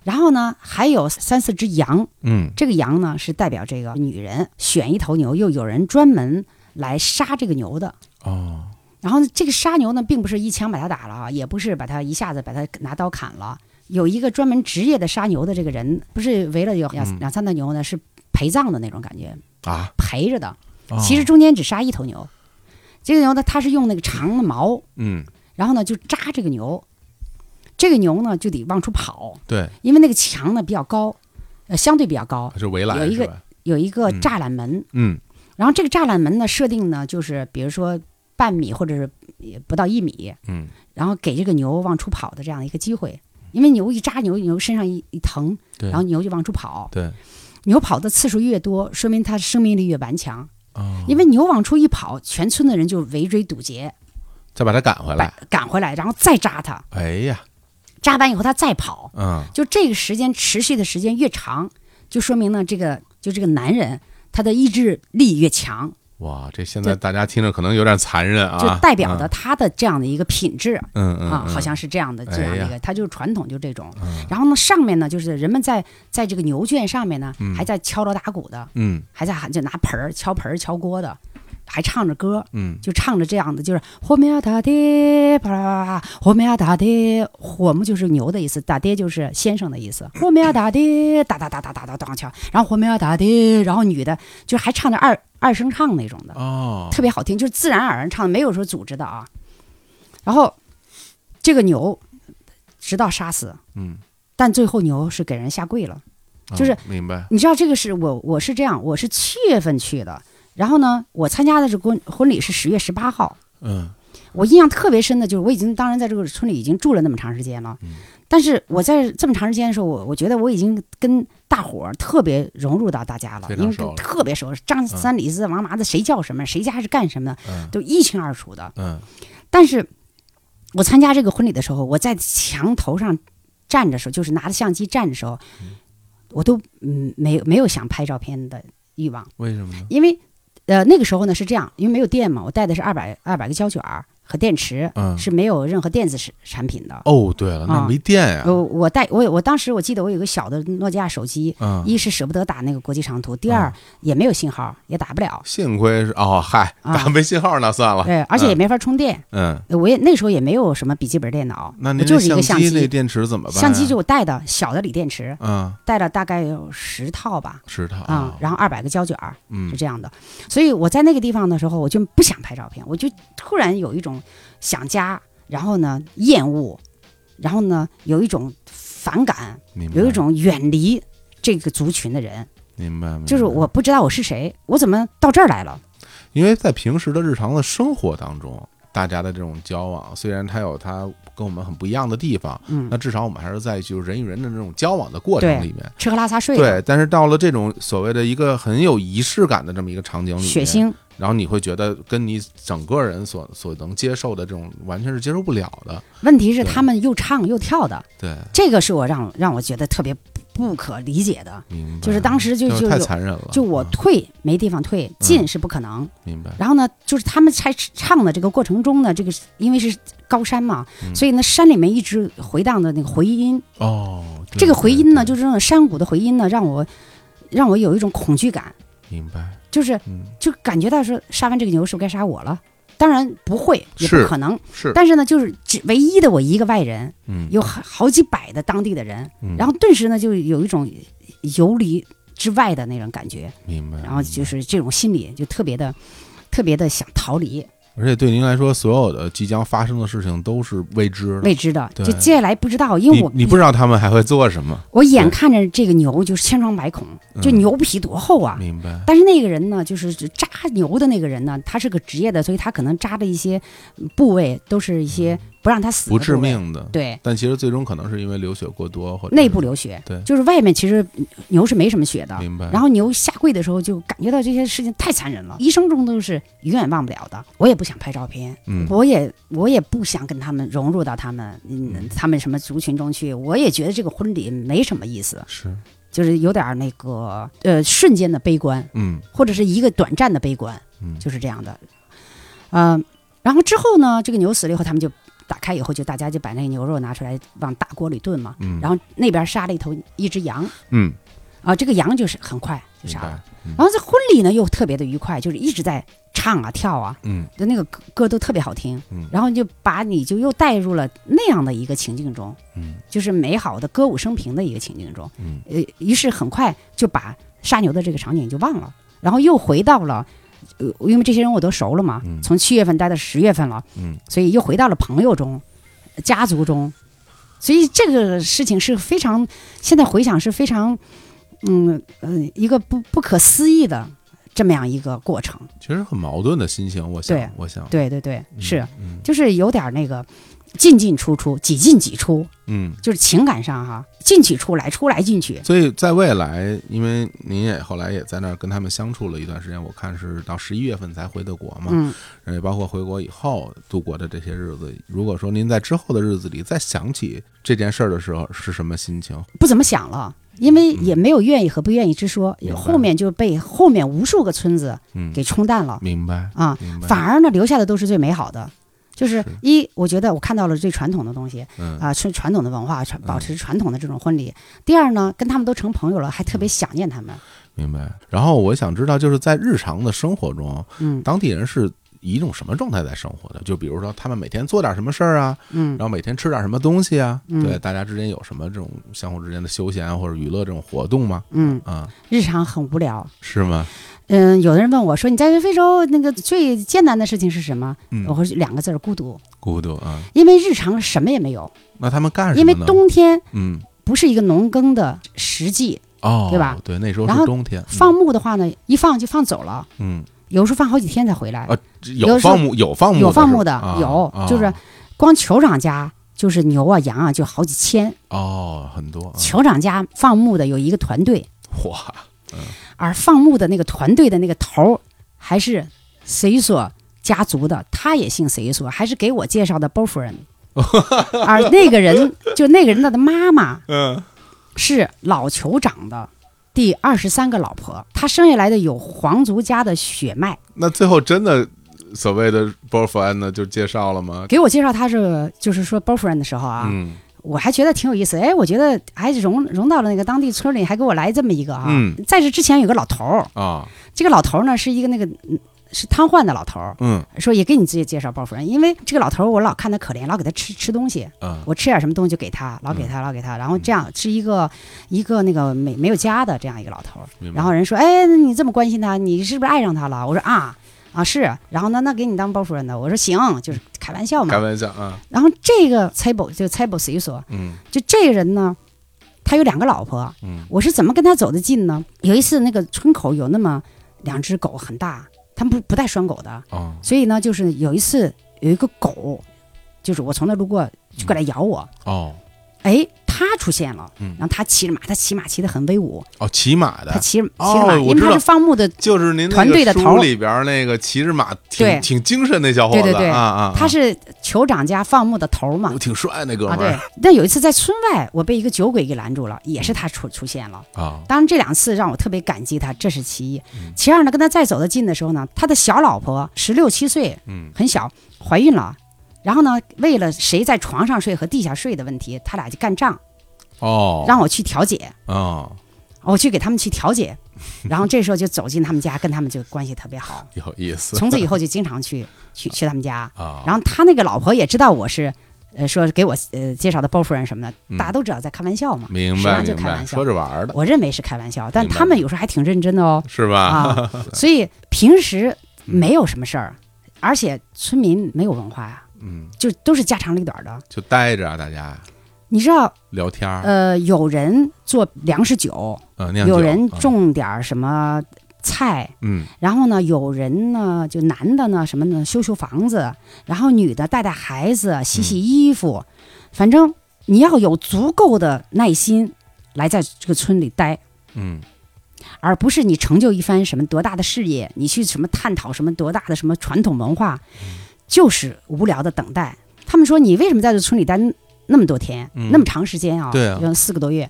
S2: 然后呢还有三四只羊，
S1: 嗯
S2: 这个羊呢是代表这个女人，选一头牛，又有人专门来杀这个牛的。
S1: 哦，
S2: 然后呢，这个杀牛呢，并不是一枪把它打了啊，也不是把它一下子把它拿刀砍了。有一个专门职业的杀牛的这个人，不是围了有两、
S1: 嗯
S2: 两三头牛呢，是陪葬的那种感觉，
S1: 啊，
S2: 陪着的。
S1: 哦
S2: 其实中间只杀一头牛，这个牛呢，它是用那个长的矛，
S1: 嗯
S2: 然后呢就扎这个牛，这个牛呢就得往出跑，
S1: 对，
S2: 因为那个墙呢比较高，呃，相对比较高，
S1: 是围栏
S2: 有一个
S1: 是吧？
S2: 有一个
S1: 嗯
S2: 栅栏门。
S1: 嗯
S2: 然后这个栅栏门呢，设定呢就是比如说半米或者是也不到一米，
S1: 嗯
S2: 然后给这个牛往出跑的这样的一个机会。因为牛一扎牛，牛身上一一疼，
S1: 对，
S2: 然后牛就往出跑。
S1: 对
S2: 牛跑的次数越多，说明它生命力越顽强。
S1: 哦，
S2: 因为牛往出一跑，全村的人就围追堵截，
S1: 再把它赶回
S2: 把
S1: 来，
S2: 赶回来，然后再扎它。
S1: 哎呀，
S2: 扎完以后，它再跑。
S1: 嗯
S2: 就这个时间持续的时间越长，就说明呢，这个就这个男人他的意志力越强，
S1: 哇，这现在
S2: 就
S1: 大家听着可能有点残忍啊，
S2: 就代表着
S1: 嗯
S2: 他的这样的一个品质。
S1: 嗯嗯
S2: 啊，
S1: 嗯
S2: 好像是这样的，这
S1: 哎
S2: 样的
S1: 呀嗯
S2: 一个，它就是传统，就这种。然后呢，上面呢，就是人们在在这个牛圈上面呢，还在敲锣打鼓的，
S1: 嗯
S2: 还在喊，就拿盆儿敲盆儿敲锅的，还唱着歌，
S1: 嗯
S2: 就唱着这样的，就是火苗呀打爹，啪啦啦，火苗呀打爹，火木就是牛的意思，打爹就是先生的意思，火苗呀打爹，哒哒哒哒哒哒当敲，然后火苗呀打爹，然后女的就是还唱着二二声唱那种的，
S1: 哦，
S2: 特别好听，就是自然而然唱的，没有说组织的啊。然后这个牛直到杀死，
S1: 嗯，
S2: 但最后牛是给人下跪了。
S1: 啊
S2: 就是
S1: 明白，
S2: 你知道这个是我我是这样，我是七月份去的，然后呢，我参加的这婚婚礼是十月十八号。
S1: 嗯
S2: 我印象特别深的就是，我已经当然在这个村里已经住了那么长时间了，
S1: 嗯
S2: 但是我在这么长时间的时候，我我觉得我已经跟大伙儿特别融入到大家了，
S1: 非常
S2: 因为
S1: 熟了
S2: 特别熟，张三李四王麻子谁叫什么，谁家是干什么的，
S1: 嗯
S2: 都一清二楚的。
S1: 嗯，
S2: 但是我参加这个婚礼的时候，我在墙头上站着时候，就是拿着相机站的时候，我都嗯没有没有想拍照片的欲望，
S1: 为什么呢？
S2: 因为呃那个时候呢是这样，因为没有电嘛，我带的是二百二百个胶卷儿和电池，
S1: 嗯
S2: 是没有任何电子产产品的。
S1: 哦，对了，那
S2: 啊
S1: 没电呀，
S2: 我我带我有我当时我记得我有个小的诺基亚手机，
S1: 嗯，
S2: 一是舍不得打那个国际长途，第二
S1: 嗯
S2: 也没有信号，也打不了，
S1: 幸亏是哦，嗨，
S2: 啊
S1: 打没信号那算了，
S2: 对，而且也
S1: 嗯
S2: 没法充电。呃
S1: 嗯，
S2: 我也那时候也没有什么笔记本电脑，
S1: 那
S2: 我
S1: 您
S2: 就是一个
S1: 相
S2: 机，
S1: 那电池怎么办啊呀？
S2: 相机就我带的小的锂电池，
S1: 嗯，
S2: 带了大概有十套吧，
S1: 十套
S2: 啊、然后二百个胶卷儿
S1: 哦嗯
S2: 是这样的。所以我在那个地方的时候，我就不想拍照片，我就突然有一种想家，然后呢厌恶，然后呢有一种反感，
S1: 明白
S2: 有一种远离这个族群的
S1: 嗯
S2: 人，
S1: 明白，明白
S2: 就是我，不知道我是谁，我怎么到这儿来了？
S1: 因为在平时的日常的生活当中，大家的这种交往，虽然它有它跟我们很不一样的地方，
S2: 嗯
S1: 那，至少我们还是在就是人与人的这种交往的过程里面。
S2: 吃喝拉撒睡的，
S1: 对，但是到了这种所谓的一个很有仪式感的这么一个场景里面，
S2: 血腥，
S1: 然后你会觉得跟你整个人所所能接受的这种完全是接受不了的。
S2: 问题是
S1: 对
S2: 他们又唱又跳的，
S1: 对，
S2: 这个是我让让我觉得特别不可理解的。
S1: 明白。
S2: 就是当时就
S1: 就是
S2: 就
S1: 太
S2: 有
S1: 残忍了。
S2: 就我
S1: 嗯
S2: 退没地方退，进是不可能。
S1: 明白，
S2: 然后呢，就是他们在唱的这个过程中呢，这个因为是高山嘛，
S1: 嗯
S2: 所以呢山里面一直回荡的那个回音，
S1: 哦，对
S2: 这个回音呢，
S1: 对
S2: 就是那种山谷的回音呢，让我让我有一种恐惧感，
S1: 对明白，
S2: 就是
S1: 嗯，
S2: 就感觉到说杀完这个牛是不是该杀我了？当然不会，也不
S1: 是
S2: 可能。
S1: 是，
S2: 但是呢，就是只唯一的我一个外人，
S1: 嗯，
S2: 有好好几百的当地的人，
S1: 嗯，
S2: 然后顿时呢就有一种游离之外的那种感觉。
S1: 明白，嗯
S2: 然后就是这种心理就特别的、特别的想逃离
S1: 而且对您来说，所有的即将发生的事情都是未知的，
S2: 未知的，
S1: 对
S2: 就接下来不知道，因为
S1: 你
S2: 我
S1: 你不知道他们还会做什么，
S2: 我眼看着这个牛就是千疮百孔，就
S1: 嗯
S2: 牛皮多厚啊！
S1: 明白，
S2: 但是那个人呢，就是扎牛的那个人呢，他是个职业的，所以他可能扎的一些部位都是一些不让他死
S1: 嗯
S2: 的
S1: 不致
S2: 部位，
S1: 命的，
S2: 对，
S1: 但其实最终可能是因为流血过多或者
S2: 内部流血，
S1: 对
S2: 就是外面其实牛是没什么血的。
S1: 明白，
S2: 然后牛下跪的时候，就感觉到这些事情太残忍了，一生中都是永远忘不了的。我也不想拍照片，
S1: 嗯
S2: 我也我也不想跟他们融入到他们
S1: 嗯
S2: 嗯他们什么族群中去，我也觉得这个婚礼没什么意思。
S1: 是
S2: 就是有点儿那个呃瞬间的悲观，
S1: 嗯
S2: 或者是一个短暂的悲观，
S1: 嗯
S2: 就是这样的。嗯，然后之后呢，这个牛死了以后，他们就打开以后，就大家就把那个牛肉拿出来往大锅里炖嘛。
S1: 嗯，
S2: 然后那边杀了一头一只羊
S1: 嗯，
S2: 啊，这个羊就是很快就
S1: 明
S2: 杀了。
S1: 白，嗯
S2: 然后这婚礼呢又特别的愉快，就是一直在唱啊跳啊，
S1: 嗯
S2: 就那个歌歌都特别好听
S1: 嗯。
S2: 然后就把你就又带入了那样的一个情境中，
S1: 嗯
S2: 就是美好的歌舞升平的一个情境中。
S1: 嗯
S2: 呃，于是很快就把杀牛的这个场景就忘了，然后又回到了，呃，因为这些人我都熟了嘛，
S1: 嗯
S2: 从七月份待到十月份了，
S1: 嗯
S2: 所以又回到了朋友中、呃家族中，所以这个事情是非常现在回想是非常，嗯嗯、呃，一个不不可思议的这么样一个过程。
S1: 其实很矛盾的心情，我
S2: 对啊
S1: 想，我想，
S2: 对对对，
S1: 嗯
S2: 是，
S1: 嗯
S2: 就是有点那个进进出出，几进几出，
S1: 嗯，
S2: 就是情感上哈、进去出来，出来进去，
S1: 所以在未来，因为您也后来也在那儿跟他们相处了一段时间，我看是到十一月份才回的国嘛，
S2: 嗯。
S1: 呃，包括回国以后度过的这些日子。如果说您在之后的日子里再想起这件事儿的时候，是什么心情？
S2: 不怎么想了，因为也没有愿意和不愿意之说，
S1: 嗯明白
S2: 后面就被后面无数个村子
S1: 嗯，
S2: 给冲淡了
S1: 明白，
S2: 啊。
S1: 明白。
S2: 反而呢，留下的都是最美好的。就是
S1: 是
S2: 一，我觉得我看到了最传统的东西
S1: 嗯
S2: 啊，是传统的文化，传保持传统的这种婚礼。第二呢，跟他们都成朋友了，还特
S1: 嗯
S2: 别想念他们。
S1: 明白。然后我想知道，就是在日常的生活中，
S2: 嗯
S1: 当地人是以一种什么状态在生活的？就比如说，他们每天做点什么事儿啊，
S2: 嗯
S1: 然后每天吃点什么东西啊，
S2: 嗯
S1: 对，大家之间有什么这种相互之间的休闲啊或者娱乐这种活动吗？
S2: 嗯，
S1: 啊，
S2: 日常很无聊。
S1: 是吗？
S2: 嗯，有的人问我说：“你在非洲那个最艰难的事情是什么？”
S1: 嗯
S2: 我，会两个字儿孤独，
S1: 孤独啊。
S2: 因为日常什么也没有，
S1: 那他们干什
S2: 因
S1: 么
S2: 为
S1: 呢？
S2: 冬天
S1: 嗯
S2: 不是一个农耕的实际，
S1: 哦，
S2: 对吧？
S1: 对，那时候
S2: 然
S1: 是
S2: 后
S1: 冬天，嗯
S2: 放牧的话呢，一放就放走了，
S1: 嗯
S2: 有时候放好几天才回来。
S1: 啊，这有
S2: 有时候
S1: 放牧有放牧
S2: 有放牧
S1: 的
S2: 的，
S1: 是吧，
S2: 有
S1: 啊
S2: 就是
S1: 啊
S2: 光酋长家就是牛啊羊啊就好几千，
S1: 哦，很多啊
S2: 酋长家放牧的有一个团队，
S1: 哇，
S2: 而放牧的那个团队的那个头儿还是谁所家族的，他也姓谁所，还是给我介绍的 包夫人。而那个人就那个人的妈妈
S1: 嗯
S2: 是老酋长的第二十三个老婆，她生下来的有皇族家的血脉。
S1: 那最后真的所谓的波弗安呢，就介绍了吗？
S2: 给我介绍他是就是说包夫人的时候啊，
S1: 嗯
S2: 我还觉得挺有意思，哎，我觉得还融融到了那个当地村里，还给我来这么一个啊。
S1: 嗯
S2: 在这之前有个老头儿，
S1: 啊
S2: 这个老头儿呢是一个那个嗯是瘫痪的老头儿，
S1: 嗯
S2: 说也给你直接介绍包夫人，因为这个老头儿我老看他可怜，老给他吃吃东西，
S1: 啊
S2: 我吃点什么东西就给他，老给
S1: 嗯
S2: 他老给他，然后这样是一个一个那个没没有家的这样一个老头儿。
S1: 明白
S2: 然后人说，哎，你这么关心他，你是不是爱上他了？我说啊啊是，然后呢那给你当包夫人的，我说行，就是开玩笑嘛
S1: 嗯开。玩笑啊，
S2: 然后这个猜宝就猜宝谁说，
S1: 嗯
S2: 就这个人呢，他有两个老婆。
S1: 嗯
S2: 我是怎么跟他走得近呢？有一次那个村口有那么两只狗很大，他们不不带拴狗的，
S1: 哦
S2: 所以呢，就是有一次有一个狗，就是我从那路过就过来咬我，
S1: 哦
S2: 哎，他出现了，
S1: 嗯
S2: 然后他骑着马，他骑马骑得很威武，
S1: 哦，骑马
S2: 他
S1: 的。
S2: 骑着骑
S1: 哦
S2: 着马，
S1: 我
S2: 因
S1: 知
S2: 为
S1: 道
S2: 他是放牧的，
S1: 就是您那个
S2: 团队的
S1: 书
S2: 头儿
S1: 里边那个骑着马挺
S2: 对
S1: 挺精神那小伙子
S2: 对对对
S1: 啊啊，
S2: 他
S1: 啊
S2: 是酋长家放牧的头儿嘛
S1: 我。挺帅那哥
S2: 啊，
S1: 们
S2: 对
S1: 儿，
S2: 但有一次在村外，我被一个酒鬼给拦住了，也是他出出现了。
S1: 啊
S2: 当然，这两次让我特别感激他，这是其一。
S1: 嗯
S2: 其二呢，跟他再走得近的时候呢，他的小老婆十六七岁，
S1: 嗯
S2: 很小，怀孕了。然后呢，为了谁在床上睡和地下睡的问题，他俩就干仗，
S1: 哦
S2: 让我去调 解，
S1: 哦
S2: 我去给他们去 调解。然后这时候就走进他们家，跟他们就关系特别好。
S1: 有意思
S2: 从此以后就经常去去去他们家。
S1: 啊，
S2: 然后他那个老婆也知道我是，呃，说给我呃介绍的包夫人什么的，
S1: 嗯
S2: 大家都知道在开玩笑嘛，
S1: 明
S2: 实际
S1: 白
S2: 上就
S1: 明
S2: 开
S1: 白，
S2: 玩笑
S1: 说。着玩儿的
S2: 我认为是开玩笑，但
S1: 明白
S2: 他们有时候还挺认真 的哦。
S1: 是吧？
S2: 啊，所以平时没有什么事儿，而且村民没有文化呀，
S1: 嗯，
S2: 就都是家长里短儿的。
S1: 就待着啊，大家
S2: 你知道，
S1: 聊天儿，
S2: 呃，有人做粮食酒，
S1: 嗯，酿酒
S2: 呃有人，
S1: 啊
S2: 种点儿什么菜，
S1: 嗯
S2: 然后呢，有人呢就男的呢什么呢修修房子，然后女的带带孩子，洗
S1: 嗯
S2: 洗衣服，反正你要有足够的耐心来在这个村里待。
S1: 嗯
S2: 而不是你成就一番什么多大的事业，你去什么探讨什么多大的什么传统文化，
S1: 嗯
S2: 就是无聊的等待。他们说你为什么在这村里待那么多天，
S1: 嗯
S2: 那么长时间啊？
S1: 对啊
S2: 有四个多月。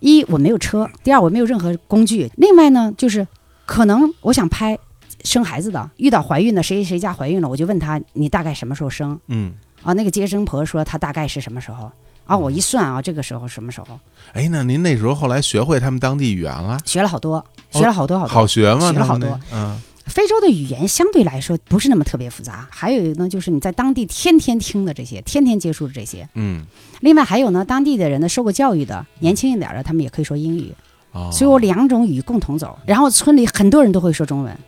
S2: 一我没有车，第二我没有任何工具，另外呢就是可能我想拍生孩子的，遇到怀孕的谁谁家怀孕了，我就问他你大概什么时候生
S1: 嗯，
S2: 啊？那个接生婆说她大概是什么时候啊？我一算啊，这个时候什么时候？
S1: 哎，那您那时候后来学会他们当地语言了？
S2: 学了好多，学了好多好多。
S1: 好学吗？
S2: 学了好
S1: 他们
S2: 多
S1: 那。嗯，
S2: 非洲的语言相对来说不是那么特别复杂，还有呢就是你在当地天天听的这些，天天接触的这些。
S1: 嗯，
S2: 另外还有呢，当地的人呢受过教育的，年轻一点的他们也可以说英语，
S1: 哦，
S2: 所以我两种语共同走。然后村里很多人都会说中 文，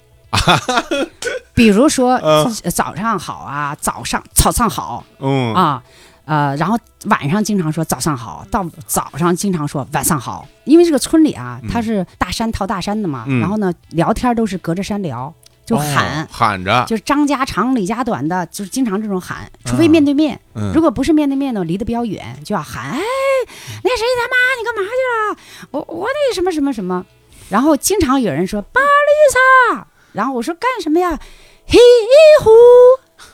S2: 比如说
S1: 嗯
S2: 早上好啊，早上早上好
S1: 嗯
S2: 啊。呃，然后晚上经常说早上好，到早上经常说晚上好，因为这个村里啊，它是大山套大山的嘛，
S1: 嗯
S2: 然后呢，聊天都是隔着山聊，就喊，
S1: 哦喊着，
S2: 就是张家长李家短的，就是经常这种喊，除非面对面，
S1: 嗯
S2: 如果不是面对面呢，离得比较远，就要喊，哎，那谁他妈你干嘛去了？我我那什么什么什么，然后经常有人说巴丽莎，然后我说干什么呀？嘿衣服，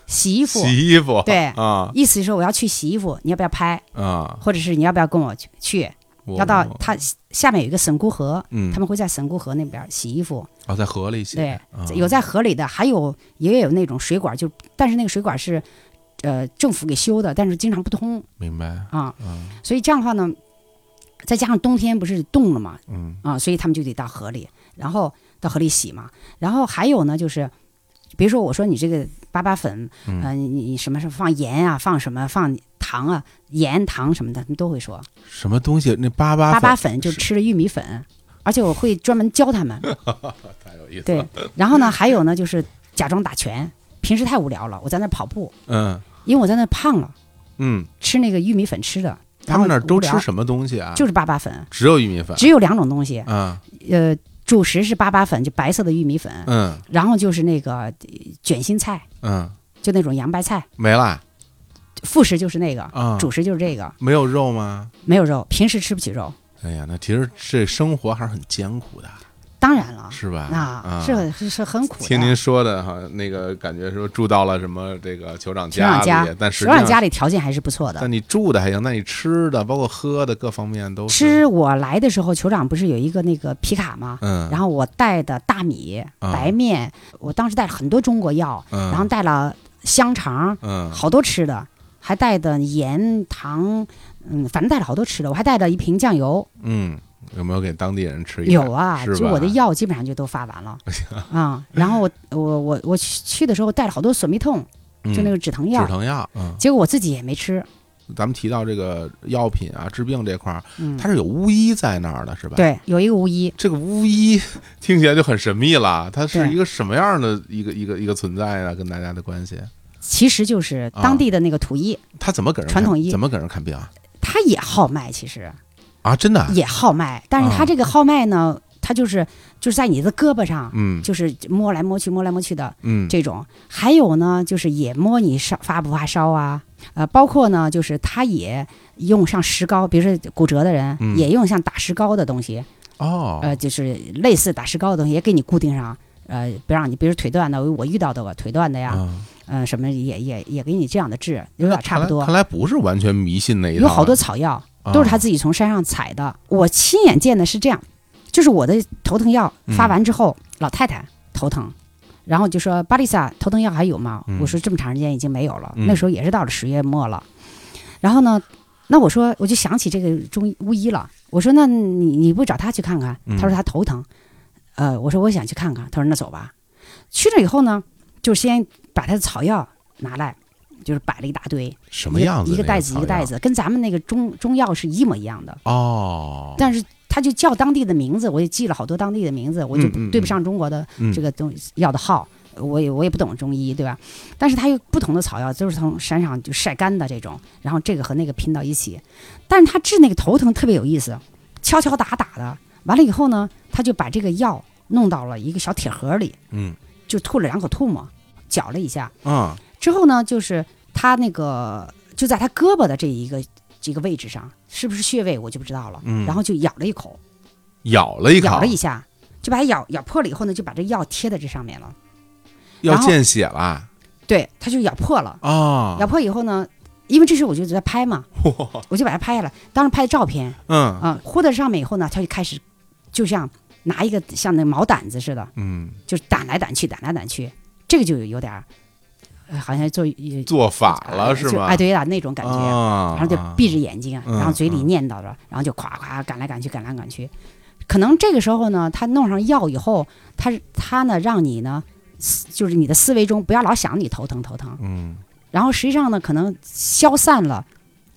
S2: 洗衣服，
S1: 洗衣服，
S2: 对
S1: 啊
S2: 意思是说我要去洗衣服，你要不要拍？
S1: 啊，
S2: 或者是你要不要跟我去？去
S1: 我
S2: 要到它下面有一个沈固河，
S1: 哦嗯
S2: 他们会在沈固河那边洗衣服，
S1: 哦，在河里洗，
S2: 对
S1: 啊，
S2: 有在河里的，还有也有那种水管，就但是那个水管是，呃，政府给修的，但是经常不通
S1: 明白，
S2: 啊，
S1: 嗯
S2: 所以这样的话呢，再加上冬天不是冻了嘛，
S1: 嗯
S2: 啊，所以他们就得到河里，然后到河里洗嘛，然后还有呢就是，比如说我说你这个粑粑粉，
S1: 嗯
S2: 呃，你你你什么时候放盐啊，放什么放糖啊，盐糖什么的，他们都会说，
S1: 什么东西？那粑粑
S2: 粑
S1: 粉
S2: 粑粉就是吃了玉米粉，而且我会专门教他们。
S1: 太有意思，
S2: 对，然后呢，还有呢，就是假装打拳。平时太无聊了，我在那儿跑步，
S1: 嗯
S2: 因为我在那儿胖了，
S1: 嗯，
S2: 吃那个玉米粉吃的。
S1: 他们那儿
S2: 然后无
S1: 都
S2: 聊
S1: 吃什么东西啊？
S2: 就是粑粑粉，
S1: 只有玉米粉，
S2: 只有两种东西，
S1: 啊
S2: 呃，主食是粑粑粉，就白色的玉米粉，
S1: 嗯
S2: 然后就是那个呃卷心菜，
S1: 嗯，
S2: 就那种洋白菜，
S1: 没了
S2: 副食就是那个，
S1: 啊，
S2: 主食就是这个，
S1: 没有肉吗？
S2: 没有肉，平时吃不起肉。
S1: 哎呀，那其实这生活还是很艰苦的，
S2: 当然了，
S1: 是吧？
S2: 啊，是很是是很苦的。
S1: 听您说的哈，那个感觉说住到了什么这个酋长
S2: 酋长
S1: 里，啊但实
S2: 酋
S1: 际
S2: 长
S1: 上，
S2: 家里条件还是不错的
S1: 但。你住的还行，那你吃的包括喝的各方面都是
S2: 吃我来的时候，酋长不是有一个那个皮卡吗？
S1: 嗯，
S2: 然后我带的大米、
S1: 啊
S2: 白面，我当时带了很多中国药，
S1: 嗯
S2: 然后带了香肠，
S1: 嗯
S2: 好多吃的，还带的盐、糖，嗯，反正带了好多吃的。我还带了一瓶酱油，
S1: 嗯，有没有给当地人吃一点？
S2: 有啊，
S1: 哎是
S2: 就我的
S1: 吧哎
S2: 药基本上就都发完了啊、然后我我我我去去的时候带了好多索密痛，
S1: 嗯
S2: 就那个止疼药
S1: 止，疼药，嗯，
S2: 结果我自己也没吃。
S1: 咱们提到这个药品啊，治病这块儿，
S2: 嗯，
S1: 它是有巫医在那儿的，是吧？，
S2: 对，有一个巫医，
S1: 这个巫医听起来就很神秘了，它是
S2: 对
S1: 一个什么样的一个一个一个存在啊？跟大家的关系，
S2: 其实就是
S1: 啊
S2: 当地的那个土医，
S1: 他怎么给人
S2: 传
S1: 看
S2: 统医
S1: 怎么给人看病啊？
S2: 他也好卖，其实。
S1: 啊，真的啊，
S2: 也号脉，但是
S1: 啊
S2: 他这个号脉呢，他就是就是在你的胳膊上，
S1: 嗯
S2: 就是摸来摸去、摸来摸去的
S1: 嗯，
S2: 这种。还有呢，就是也摸你烧发不发烧啊，呃，包括呢，就是他也用上石膏，比如说骨折的人、
S1: 嗯
S2: 也用像打石膏的东西，
S1: 哦，
S2: 呃，就是类似打石膏的东西也给你固定上。呃，不让你，比如腿断的，我遇到的吧，腿断的呀，
S1: 啊
S2: 呃，什么也也也给你这样的治，有点差不多
S1: 看。来看来不是完全迷信那一套，
S2: 有好多草药，
S1: 啊
S2: 都是他自己从山上采的。我亲眼见的是这样，就是我的头疼药
S1: 嗯
S2: 发完之后，老太太头疼，然后就说巴丽萨头疼药还有吗？
S1: 嗯
S2: 我说这么长时间已经没有了，
S1: 嗯
S2: 那时候也是到了十月末了。然后呢，那我说我就想起这个中医巫医了，我说那你你不找他去看看？
S1: 嗯
S2: 他说他头疼，呃，我说我想去看看，他说那走吧。去了以后呢，就先把他的草药拿来，就是摆了一大堆，
S1: 什么样子？
S2: 一个袋子
S1: 那
S2: 一个袋
S1: 草
S2: 子，跟咱们那个中中药是一模一样的，
S1: 药哦，
S2: 但是他就叫当地的名字，我也记了好多当地的名字，我就
S1: 嗯嗯
S2: 对不上中国的
S1: 嗯
S2: 这个东药的号，我也我也不懂中医，对吧？但是它有不同的草药，就是从山上就晒干的这种，然后这个和那个拼到一起，但是他治那个头疼特别有意思，敲敲打打的，完了以后呢，他就把这个药弄到了一个小铁盒里，
S1: 嗯
S2: 就吐了两口唾沫，搅了一下，
S1: 啊
S2: 之后呢，就是他那个就在他胳膊的这一个这个位置上，是不是穴位我就不知道了。
S1: 嗯
S2: 然后就咬了一口，
S1: 咬了一口，
S2: 咬了一下，就把它咬咬破了以后呢，就把这药贴在这上面了。
S1: 要
S2: 然后
S1: 见血了
S2: 对，他就咬破了，
S1: 啊
S2: 咬破以后呢，因为这时候我就在拍嘛，我就把它拍下来，当时拍的照片
S1: 嗯
S2: 啊，糊在上面以后呢，他就开始就像拿一个像那毛掸子似的，
S1: 嗯，
S2: 就是掸来掸去，掸来掸去，这个就有点儿，呃好像做也
S1: 做法了是
S2: 就
S1: 吗？
S2: 哎，对，有点那种感觉。
S1: 啊，
S2: 然后就闭着眼睛，啊
S1: 嗯
S2: 然后嘴里
S1: 嗯
S2: 念叨着，然后就夸夸赶来赶去，赶来赶去。可能这个时候呢，他弄上药以后，他他呢让你呢，思就是你的思维中不要老想你头疼头疼，
S1: 嗯
S2: 然后实际上呢，可能消散了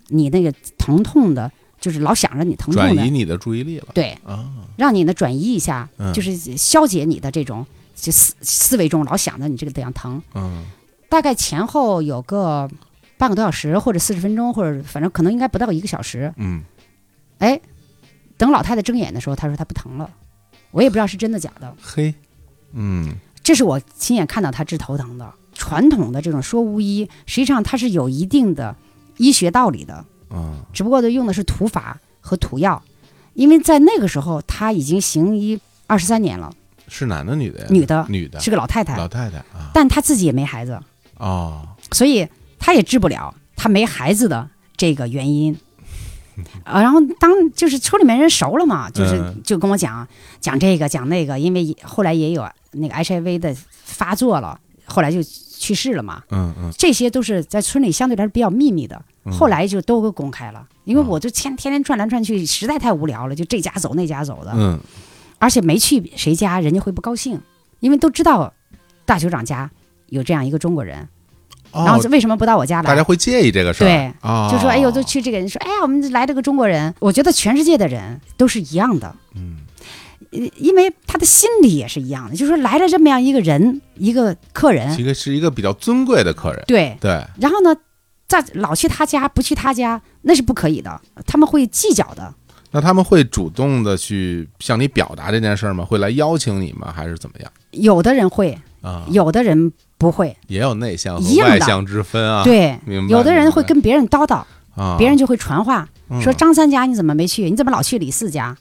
S2: 你那个疼痛的，就是老想着你疼
S1: 转
S2: 痛
S1: 移
S2: 的，
S1: 你的注意力了
S2: 对，
S1: 啊，
S2: 让你呢转移一下，
S1: 嗯
S2: 就是消解你的这种就思思维中老想着你这个地方疼，
S1: 嗯
S2: 大概前后有个半个多小时或者四十分钟，或者反正可能应该不到一个小时。
S1: 嗯，
S2: 哎，等老太太睁眼的时候，她说她不疼了，我也不知道是真的假的，
S1: 嘿，嗯
S2: 这是我亲眼看到她治头疼的。传统的这种说巫医，实际上它是有一定的医学道理的，
S1: 啊
S2: 只不过用的是土法和土药，因为在那个时候她已经行医二十三年了，
S1: 是男的女的呀？
S2: 女的
S1: 女的
S2: 是个老太太
S1: 老，太太啊
S2: 但她自己也没孩子，
S1: 哦
S2: 所以她也治不了她没孩子的这个 原因。啊，然后当就是村里面人熟了嘛，就是
S1: 嗯
S2: 就跟我讲讲这个讲那个，因为后来也有那个 HIV 的发作了，后来就去世了嘛。
S1: 嗯嗯
S2: 这些都是在村里相对来说比较秘密的，
S1: 嗯，
S2: 后来就都给公开了。因为
S1: 哦
S2: 我就天天天转来转去，实在太无聊了，就这家走那家走的，
S1: 嗯
S2: 而且没去谁家，人家会不高兴，因为都知道大酋长家有这样一个中国人，然后
S1: 哦，
S2: 为什么不到我家来？
S1: 大家会介意这个事儿，
S2: 对
S1: 啊，
S2: 就说哎呦，都去这个人说哎呀，我们来了个中国人。我觉得全世界的人都是一样的，
S1: 嗯
S2: 呃因为他的心理也是一样的，就是说来了这么样一个人，一个客人，
S1: 这个是一个比较尊贵的客人，
S2: 对，
S1: 对，
S2: 然后呢，在老去他家不去他家那是不可以的，他们会计较的。
S1: 那他们会主动的去向你表达这件事儿吗？会来邀请你吗？还是怎么样
S2: 有的人会，
S1: 啊？
S2: 有的人不会，
S1: 也有内向和
S2: 一样
S1: 外
S2: 的
S1: 向之分啊，
S2: 对
S1: 明，白
S2: 有的人会跟别人叨叨，
S1: 啊，
S2: 别人就会传话
S1: 嗯
S2: 说张三家你怎么没去？你怎么老去李四家？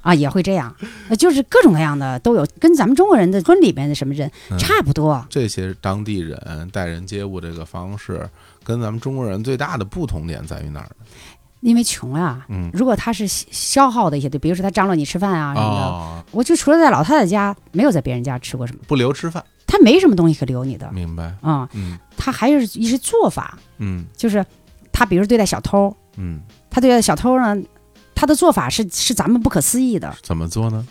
S2: 啊，也会这样，呃就是各种各样的都有，跟咱们中国人的村里面的什么人
S1: 嗯
S2: 差不多。
S1: 这些当地人待人接物这个方式，跟咱们中国人最大的不同点在于哪儿呢？
S2: 因为穷啊，
S1: 嗯
S2: 如果他是消消耗的一些，对，比如说他张罗你吃饭啊什么的，
S1: 哦，
S2: 我就除了在老太太家，没有在别人家吃过什么，
S1: 不留吃饭，
S2: 他没什么东西可留你的
S1: 明白？
S2: 啊、
S1: 嗯
S2: 他还是一些做法，
S1: 嗯
S2: 就是他比如对待小偷，
S1: 嗯，
S2: 他对待小偷呢，他的做法是是咱们不可思议的，
S1: 怎么做呢？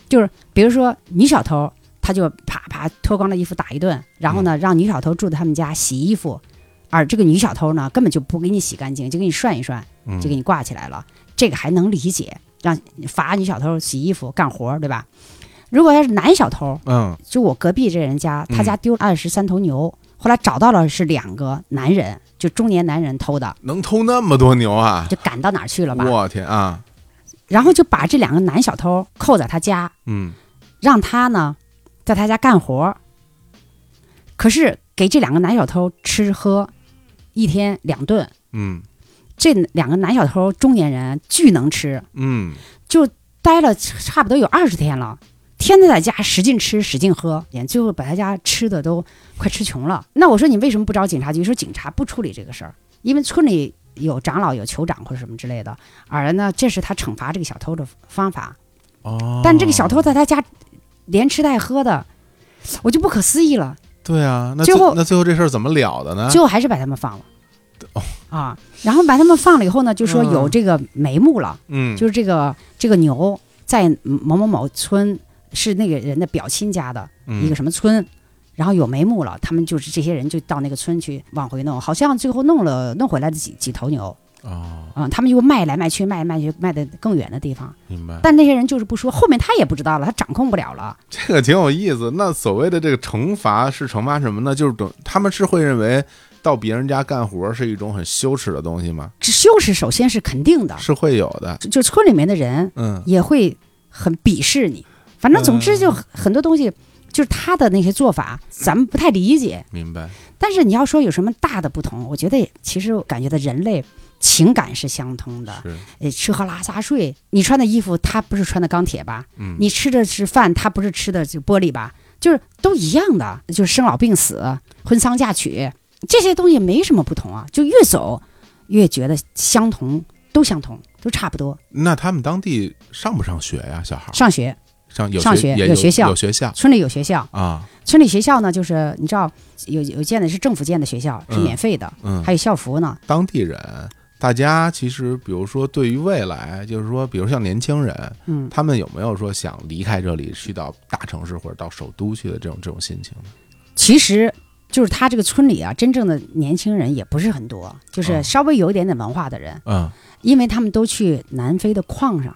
S2: 比如说女小偷，他就啪啪脱光了衣服打一顿，然后
S1: 嗯
S2: 呢让女小偷住在他们家洗衣服，而这个女小偷呢根本就不给你洗干净，就给你涮一涮。
S1: 嗯，
S2: 就给你挂起来了，这个还能理解，让罚女小偷洗衣服干活儿，对吧？如果要是男小偷，
S1: 嗯
S2: 就我隔壁这人家，
S1: 嗯
S2: 他家丢二十三头牛，后来找到了是两个男人，就中年男人偷的，
S1: 能偷那么多牛啊！
S2: 就赶到哪儿去了吧？
S1: 我天啊！
S2: 然后就把这两个男小偷扣在他家，
S1: 嗯，
S2: 让他呢在他家干活儿，可是给这两个男小偷吃喝一天两顿，
S1: 嗯
S2: 这两个男小偷中年人巨能吃，
S1: 嗯，
S2: 待了差不多有二十天了，天天在家使劲吃使劲喝，连最后把他家吃的都快吃穷了。那我说你为什么不找警察局？说警察不处理这个事儿，因为村里有长老、有酋长或者什么之类的。而呢，这是他惩罚这个小偷的方法。
S1: 哦，
S2: 但这个小偷在他家连吃带喝的，我就不可思议了。
S1: 对啊，那
S2: 最后
S1: 那最后这事儿怎么了的呢？
S2: 最后还是把他们放了。啊，然后把他们放了以后呢，就说
S1: 哦嗯
S2: 有这个眉目了。
S1: 嗯，
S2: 就是这个这个牛在某某某村是那个人的表亲家的一个什么村，然后有眉目了，他们就是这些人就到那个村去往回弄，好像最后弄了弄回来的几几头牛
S1: 嗯哦，
S2: 啊、他们又卖来卖去，卖来卖去，卖的更远的地方，
S1: 明白。
S2: 但那些人就是不说，后面他也不知道了，他掌控不了了，
S1: 这个挺有意思。那所谓的这个惩罚是惩罚什么呢？就是等他们是会认为到别人家干活是一种很羞耻的东西吗？
S2: 这羞耻首先是肯定的，
S1: 是会有的。
S2: 就就村里面的人
S1: 嗯
S2: 也会很鄙视你，反正总之就很很多东西。就是他的那些做法，咱们不太理解，
S1: 明白。
S2: 但是你要说有什么大的不同，我觉得也其实我感觉到人类情感是相通的。
S1: 是，
S2: 呃，吃喝拉撒睡，你穿的衣服他不是穿的钢铁吧？
S1: 嗯，
S2: 你吃的是饭，他不是吃的就玻璃吧？就是都一样的，就是生老病死、婚丧嫁娶这些东西没什么不同啊。就越走越觉得相同，都相同，都差不多。
S1: 那他们当地上不上学呀？小孩儿
S2: 上学，
S1: 上有
S2: 上学
S1: 也
S2: 有学校
S1: 有学校
S2: 村里有学校，
S1: 啊，
S2: 村里学校呢，就是你知道有有建的是政府建的学校，是
S1: 嗯
S2: 免费的，
S1: 嗯，
S2: 还有校服呢。
S1: 当地人。大家其实，比如说，对于未来，就是说，比如像年轻人，
S2: 嗯，
S1: 他们有没有说想离开这里，去到大城市或者到首都去的这种这种心情呢？
S2: 其实就是他这个村里啊，真正的年轻人也不是很多，就是
S1: 嗯
S2: 稍微有一点点文化的人，
S1: 嗯，
S2: 因为他们都去南非的矿上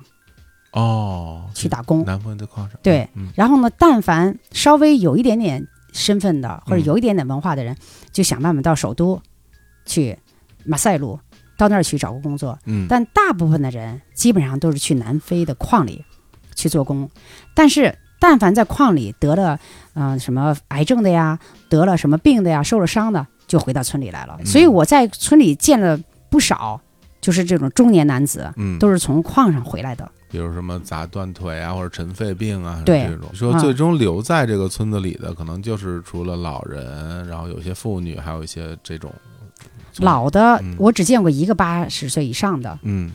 S1: 哦，
S2: 去打工。
S1: 南方的矿上，
S2: 对
S1: 嗯，
S2: 然后呢，但凡稍微有一点点身份的或者
S1: 嗯
S2: 有一点点文化的人，就想办法到首都去马赛路，到那儿去找个工作。
S1: 嗯，
S2: 但大部分的人基本上都是去南非的矿里去做工，但是但凡在矿里得了嗯、呃什么癌症的呀，得了什么病的呀，受了伤的，就回到村里来了。
S1: 嗯
S2: 所以我在村里见了不少，就是这种中年男子，
S1: 嗯，
S2: 都是从矿上回来的。
S1: 比如什么砸断腿啊，或者尘肺病啊，
S2: 对
S1: 这种说
S2: 嗯
S1: 最终留在这个村子里的，可能就是除了老人，然后有些妇女，还有一些这种从
S2: 老的
S1: 嗯
S2: 我只见过一个八十岁以上的，
S1: 嗯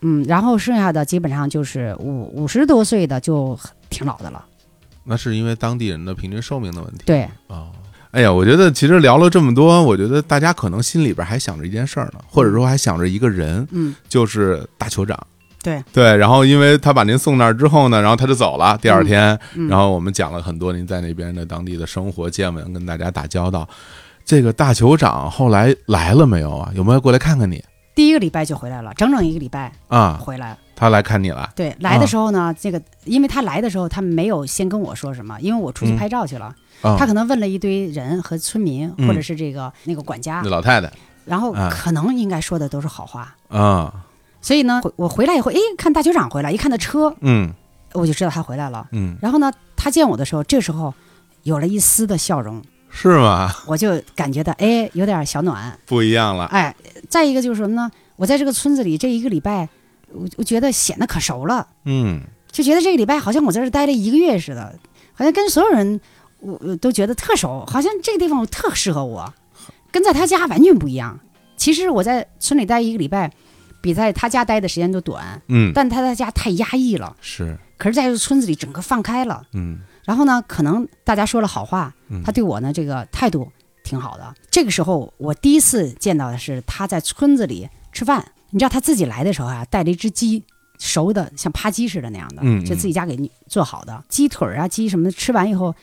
S2: 嗯，然后剩下的基本上就是五五十多岁的就挺老的了。，
S1: 那是因为当地人的平均寿命的问题。
S2: 对，
S1: 哦，哎呀，我觉得其实聊了这么多，我觉得大家可能心里边还想着一件事儿呢，或者说还想着一个人，
S2: 嗯，
S1: 就是大酋长。
S2: 对
S1: 对，然后因为他把您送那儿之后呢，然后他就走了。第二天，
S2: 嗯
S1: 然后我们讲了很多您在那边的当地的生活见闻，跟大家打交道。这个大酋长后来来了没有啊？有没有过来看看你
S2: 第一个礼拜就回来了，整整一个礼拜
S1: 啊？
S2: 回来了。
S1: 他来看你了
S2: 对，来的时候呢，
S1: 啊
S2: 这个因为他来的时候，他没有先跟我说什么，因为我出去
S1: 嗯
S2: 拍照去了，
S1: 啊？
S2: 他可能问了一堆人和村民，
S1: 嗯
S2: 或者是这个那个管家
S1: 那，啊老太太
S2: 然后
S1: 啊
S2: 可能应该说的都是好话。
S1: 啊，
S2: 所以呢，回我回来以后，哎，看大酋长回来，一看他车，
S1: 嗯
S2: 我就知道他回来了。
S1: 嗯，
S2: 然后呢，他见我的时候，这时候有了一丝的笑容，
S1: 是 吗？
S2: 我就感觉到哎，有点小暖。
S1: 不一样了，
S2: 哎，再一个就是什么呢？我在这个村子里这一个礼拜，我我觉得显得可熟了。
S1: 嗯
S2: 就觉得这个礼拜好像我在这儿待了一个月似的，好像跟所有人我我都觉得特熟，好像这个地方我特适合我，跟在他家完全不一样。其实我在村里待一个礼拜，比在他家待的时间都短，
S1: 嗯，
S2: 但他在家太压抑了。
S1: 是
S2: 可是在这村子里整个放开了，
S1: 嗯
S2: 然后呢，可能大家说了好话，
S1: 嗯
S2: 他对我呢这个态度挺好的。这个时候我第一次见到的是他在村子里吃饭，你知道他自己来的时候啊，带了一只鸡，熟的像扒鸡似的那样的，
S1: 嗯嗯
S2: 就自己家给你做好的鸡腿儿啊、鸡什么的，吃完以后，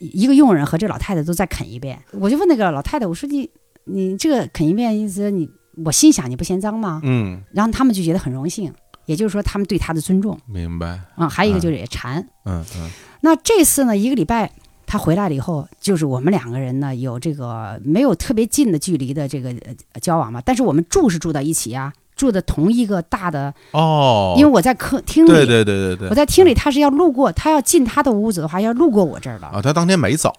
S2: 一一个佣人和这老太太都再啃一遍。我就问那个老太太，我说你你这个啃一遍意思你，我心想你不嫌脏吗？
S1: 嗯，
S2: 然后他们就觉得很荣幸，也就是说他们对他的尊重
S1: 明白，
S2: 啊、还有一个就是也馋。
S1: 嗯嗯
S2: 那这次呢，一个礼拜他回来了以后，就是我们两个人呢有这个没有特别近的距离的这个呃交往嘛，但是我们住是住在一起啊，住的同一个大的，
S1: 哦，
S2: 因为我在客厅里，
S1: 对对对对对，
S2: 我在厅里，他是要路过，他要进他的屋子的话，要路过我这儿了，
S1: 啊，他当天没走，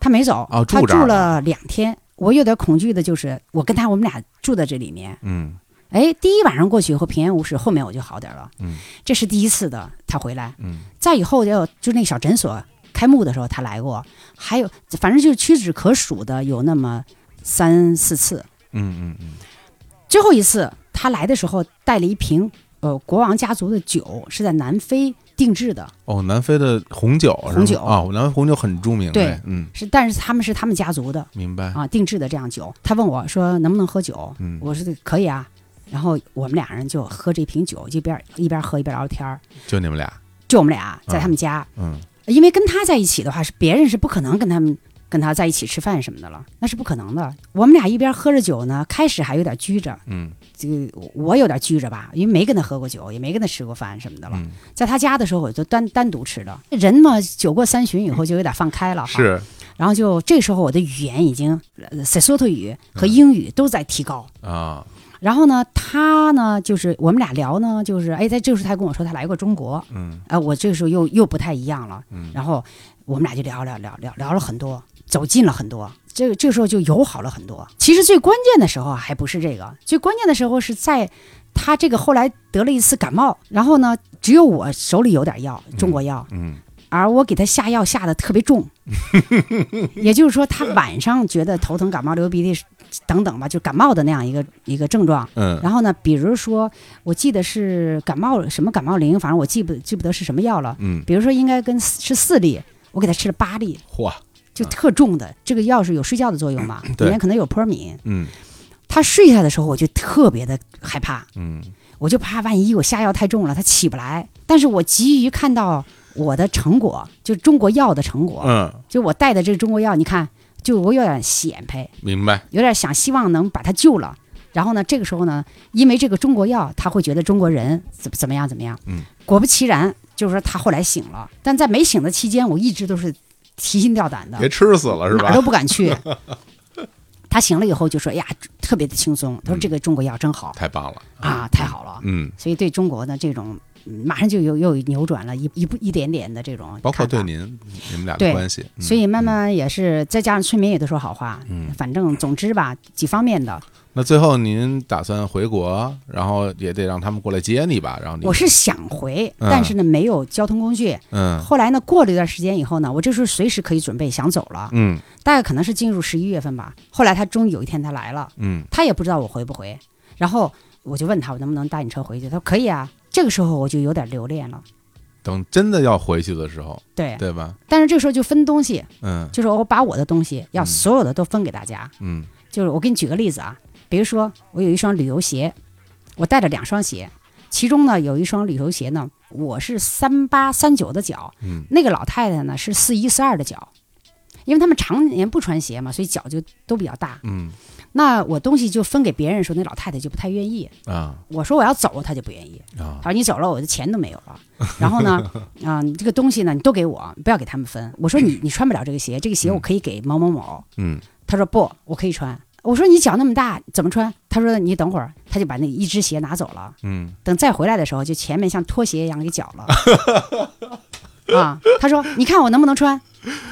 S2: 他没走，
S1: 哦
S2: 他
S1: 住这儿
S2: 住了两天。我有点恐惧的就是，我跟他我们俩住在这里面，
S1: 嗯
S2: 哎，第一晚上过去以后平安无事，后面我就好点了。
S1: 嗯，
S2: 这是第一次的他回来，
S1: 嗯
S2: 再以后就就那小诊所开幕的时候他来过，还有反正就是屈指可数的有那么三四次。
S1: 嗯嗯嗯，
S2: 最后一次他来的时候带了一瓶呃国王家族的酒，是在南非定制的，
S1: 哦，南非的红酒是吗，
S2: 红酒
S1: 啊，南非红酒很著名，
S2: 对
S1: 哎，嗯，
S2: 是但是他们是他们家族的
S1: 明白，
S2: 啊定制的这样酒。他问我说能不能喝酒，
S1: 嗯
S2: 我说可以啊。然后我们俩人就喝这瓶酒，一边一边喝一边聊天儿，
S1: 就你们俩，
S2: 就我们俩在他们家。
S1: 嗯
S2: 因为跟他在一起的话，是别人是不可能跟他们跟他在一起吃饭什么的了，那是不可能的。我们俩一边喝着酒呢，开始还有点拘着，
S1: 嗯
S2: 这个我有点拘着吧，因为没跟他喝过酒，也没跟他吃过饭什么的了。
S1: 嗯，
S2: 在他家的时候，我就单单独吃的。人嘛，酒过三巡以后就有点放开了，。
S1: 是，
S2: 然后就这时候我的语言已经塞索托语
S1: 嗯
S2: 和英语都在提高。
S1: 啊，
S2: 然后呢，他呢就是我们俩聊呢，就是哎，在这个时候他跟我说他来过中国，
S1: 嗯
S2: 啊，我这个时候又又不太一样了。
S1: 嗯
S2: 然后我们俩就聊聊聊聊聊了很多，走近了很多。这个这个时候就友好了很多。其实最关键的时候啊还不是这个，最关键的时候是在他这个后来得了一次感冒，然后呢，只有我手里有点药，中国药，
S1: 嗯
S2: 而我给他下药下的特 别重，也就是说他晚上觉得头疼、感冒、流鼻涕等等吧，就感冒的那样一个一个症状。
S1: 嗯，
S2: 然后呢，比如说我记得是感冒什么感冒灵，反正我记不记不得是什么药了。
S1: 嗯，
S2: 比如说应该跟四是四粒，我给他吃了八粒，
S1: 嚯，
S2: 就特重的。这个药是有睡觉的作用嘛？
S1: 啊嗯对
S2: 里面可能有泼敏。
S1: 嗯
S2: 他睡下的时候，我就特别的害怕，
S1: 嗯
S2: 我就怕万一我下药太重了，他起不来。但是我急于看到我的成果，就中国药的成果，
S1: 嗯，
S2: 就我带的这个中国药，你看，就我有点显摆，
S1: 明白，
S2: 有点想希望能把他救了。然后呢，这个时候呢，因为这个中国药，他会觉得中国人怎么怎么样怎么样。
S1: 嗯，
S2: 果不其然，就是说他后来醒了，但在没醒的期间，我一直都是提心吊胆的，
S1: 别吃死了是
S2: 啊哪儿都
S1: 吧？
S2: 不 敢去。他醒了以后就说：“哎呀，特别的轻松。”他说：“这个中国药真好、
S1: 嗯太棒了，
S2: 啊，太好了。
S1: 嗯，
S2: 所以对中国的这种，嗯马上就有又有扭转了一一步一点点的这种看法，
S1: 包括对您你们俩的
S2: 对
S1: 关系，嗯
S2: 所以慢慢也是，再加上村民也都说好话，
S1: 嗯
S2: 反正总之吧，几方面的，
S1: 那最后您打算回国，然后也得让他们过来接你吧？然后你
S2: 我是想回，
S1: 嗯
S2: 但是呢没有交通工具。
S1: 嗯
S2: 后来呢，过了一段时间以后呢，我这时候随时可以准备想走了，
S1: 嗯
S2: 大概可能是进入十一月份吧。后来他终于有一天他来了，
S1: 嗯
S2: 他也不知道我回不回，然后我就问他我能不能搭你车回去，他说可以啊。这个时候我就有点留恋了，
S1: 等真的要回去的时候，
S2: 对。
S1: 对吧？
S2: 但是这时候就分东西，
S1: 嗯
S2: 就是我把我的东西要
S1: 嗯
S2: 所有的都分给大家，
S1: 嗯
S2: 就是我给你举个例子啊，比如说我有一双旅游鞋，我带了两双鞋，其中呢有一双旅游鞋呢，我是三八三九的脚，
S1: 嗯
S2: 那个老太太呢是四一四二的脚，因为他们常年不穿鞋嘛，所以脚就都比较大。
S1: 嗯
S2: 那我东西就分给别人的时候，那老太太就不太愿意。
S1: 啊
S2: 我说我要走，她就不愿意。
S1: 啊
S2: 她说你走了，我的钱都没有了。然后呢，啊、你这个东西呢，你都给我，不要给他们分。我说你你穿不了这个鞋，这个鞋我可以给某某某。
S1: 嗯
S2: 他说不，我可以穿。我说你脚那么大，怎么穿？他说你等会儿，他就把那一只鞋拿走了。
S1: 嗯
S2: 等再回来的时候，就前面像拖鞋一样给绞了。啊，他说你看我能不能穿？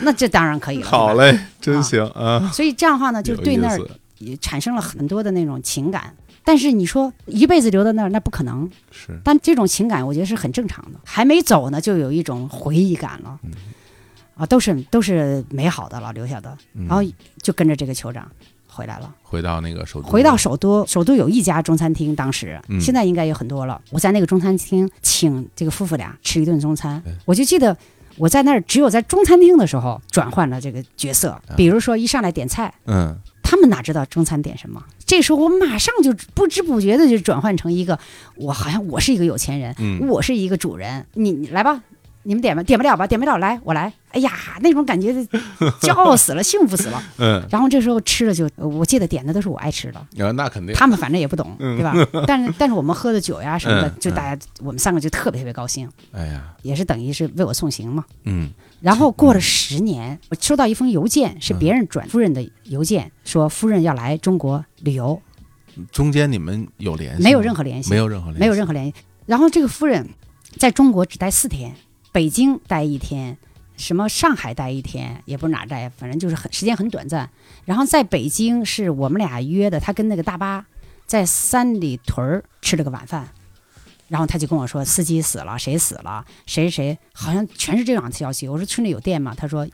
S2: 那这当然可以了。
S1: 好
S2: 对吧。
S1: 嘞，真行啊，
S2: 所以这样的话呢，就
S1: 有
S2: 对
S1: 意
S2: 那儿
S1: 思
S2: 也产生了很多的那种情感。但是你说一辈子留在那儿，那不可能。
S1: 是
S2: 但这种情感，我觉得是很正常的。还没走呢，就有一种回忆感了。
S1: 嗯
S2: 啊，都是都是美好的了，留下的。
S1: 嗯
S2: 然后就跟着这个酋长回来了。
S1: 回到那个首都，
S2: 回到首都，首都有一家中餐厅，当时、
S1: 嗯
S2: 现在应该有很多了。我在那个中餐厅请这个夫妇俩吃一顿中餐
S1: 哎，
S2: 我就记得我在那儿只有在中餐厅的时候转换了这个角色，
S1: 啊
S2: 比如说一上来点菜，
S1: 嗯
S2: 他们哪知道中餐点什么？这时候我马上就不知不觉的就转换成一个，我好像我是一个有钱人，
S1: 嗯
S2: 我是一个主人，你你来吧。你们点吧，点不了吧？点不了，来，我来。哎呀，那种感觉， 骄傲死了，幸福死了。
S1: 嗯，
S2: 然后这时候吃的就，呃我记得点的都是我爱吃的，
S1: 然呃后那肯定
S2: 他们反正也不懂，
S1: 嗯
S2: 对吧？但是但是我们喝的酒呀什么的，
S1: 嗯
S2: 就大家我们三个就特别特别高兴，
S1: 哎呀，
S2: 也是等于是为我送行嘛。
S1: 嗯
S2: 然后过了十年，我收到一封邮件，
S1: 嗯
S2: 是别人转夫人的邮件，说夫人要来中国旅游，
S1: 中间你们有联系吗？
S2: 没有任何联系，
S1: 没有任何联系，
S2: 没有任何联系。然后这个夫人在中国只待四天，北京待一天，什么上海待一天，也不是哪儿待，反正就是很时间很短暂。然后在北京是我们俩约的，他跟那个大巴在三里屯儿吃了个晚饭，然后他就跟我说司机死了，谁死了，谁谁，好像全是这样的消息。我说村里有电吗？他说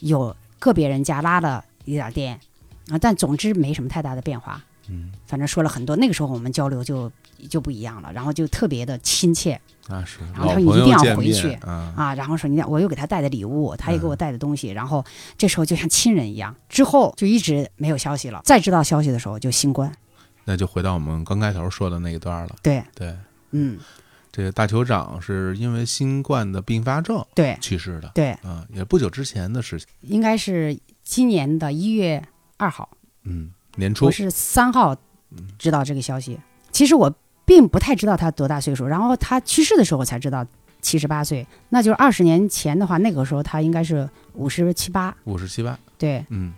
S2: 有个别人家拉了一点儿电啊，但总之没什么太大的变化。
S1: 嗯，
S2: 反正说了很多，那个时候我们交流就就不一样了，然后就特别的亲切
S1: 那是
S2: 然后
S1: 老
S2: 他
S1: 朋
S2: 说你一
S1: 友
S2: 定要
S1: 见
S2: 回
S1: 面
S2: 去
S1: 啊，
S2: 啊。然后说你看，我又给他带的礼物，他也给我带的东西，然后这时候就像亲人一样。之后就一直没有消息了，再知道消息的时候就新冠。
S1: 那就回到我们刚开头说的那一段了，
S2: 对，
S1: 对。
S2: 嗯，
S1: 这个大酋长是因为新冠的并发症
S2: 对
S1: 去世的，
S2: 对，
S1: 啊，也不久之前的事情，
S2: 应该是今年的一月二号，
S1: 嗯，年初
S2: 我，是三号知道这个消息。其实我并不太知道他多大岁数，然后他去世的时候我才知道七十八岁，那就是二十年前的话，那个时候他应该是五十七八。
S1: 五十七八，
S2: 对，
S1: 嗯，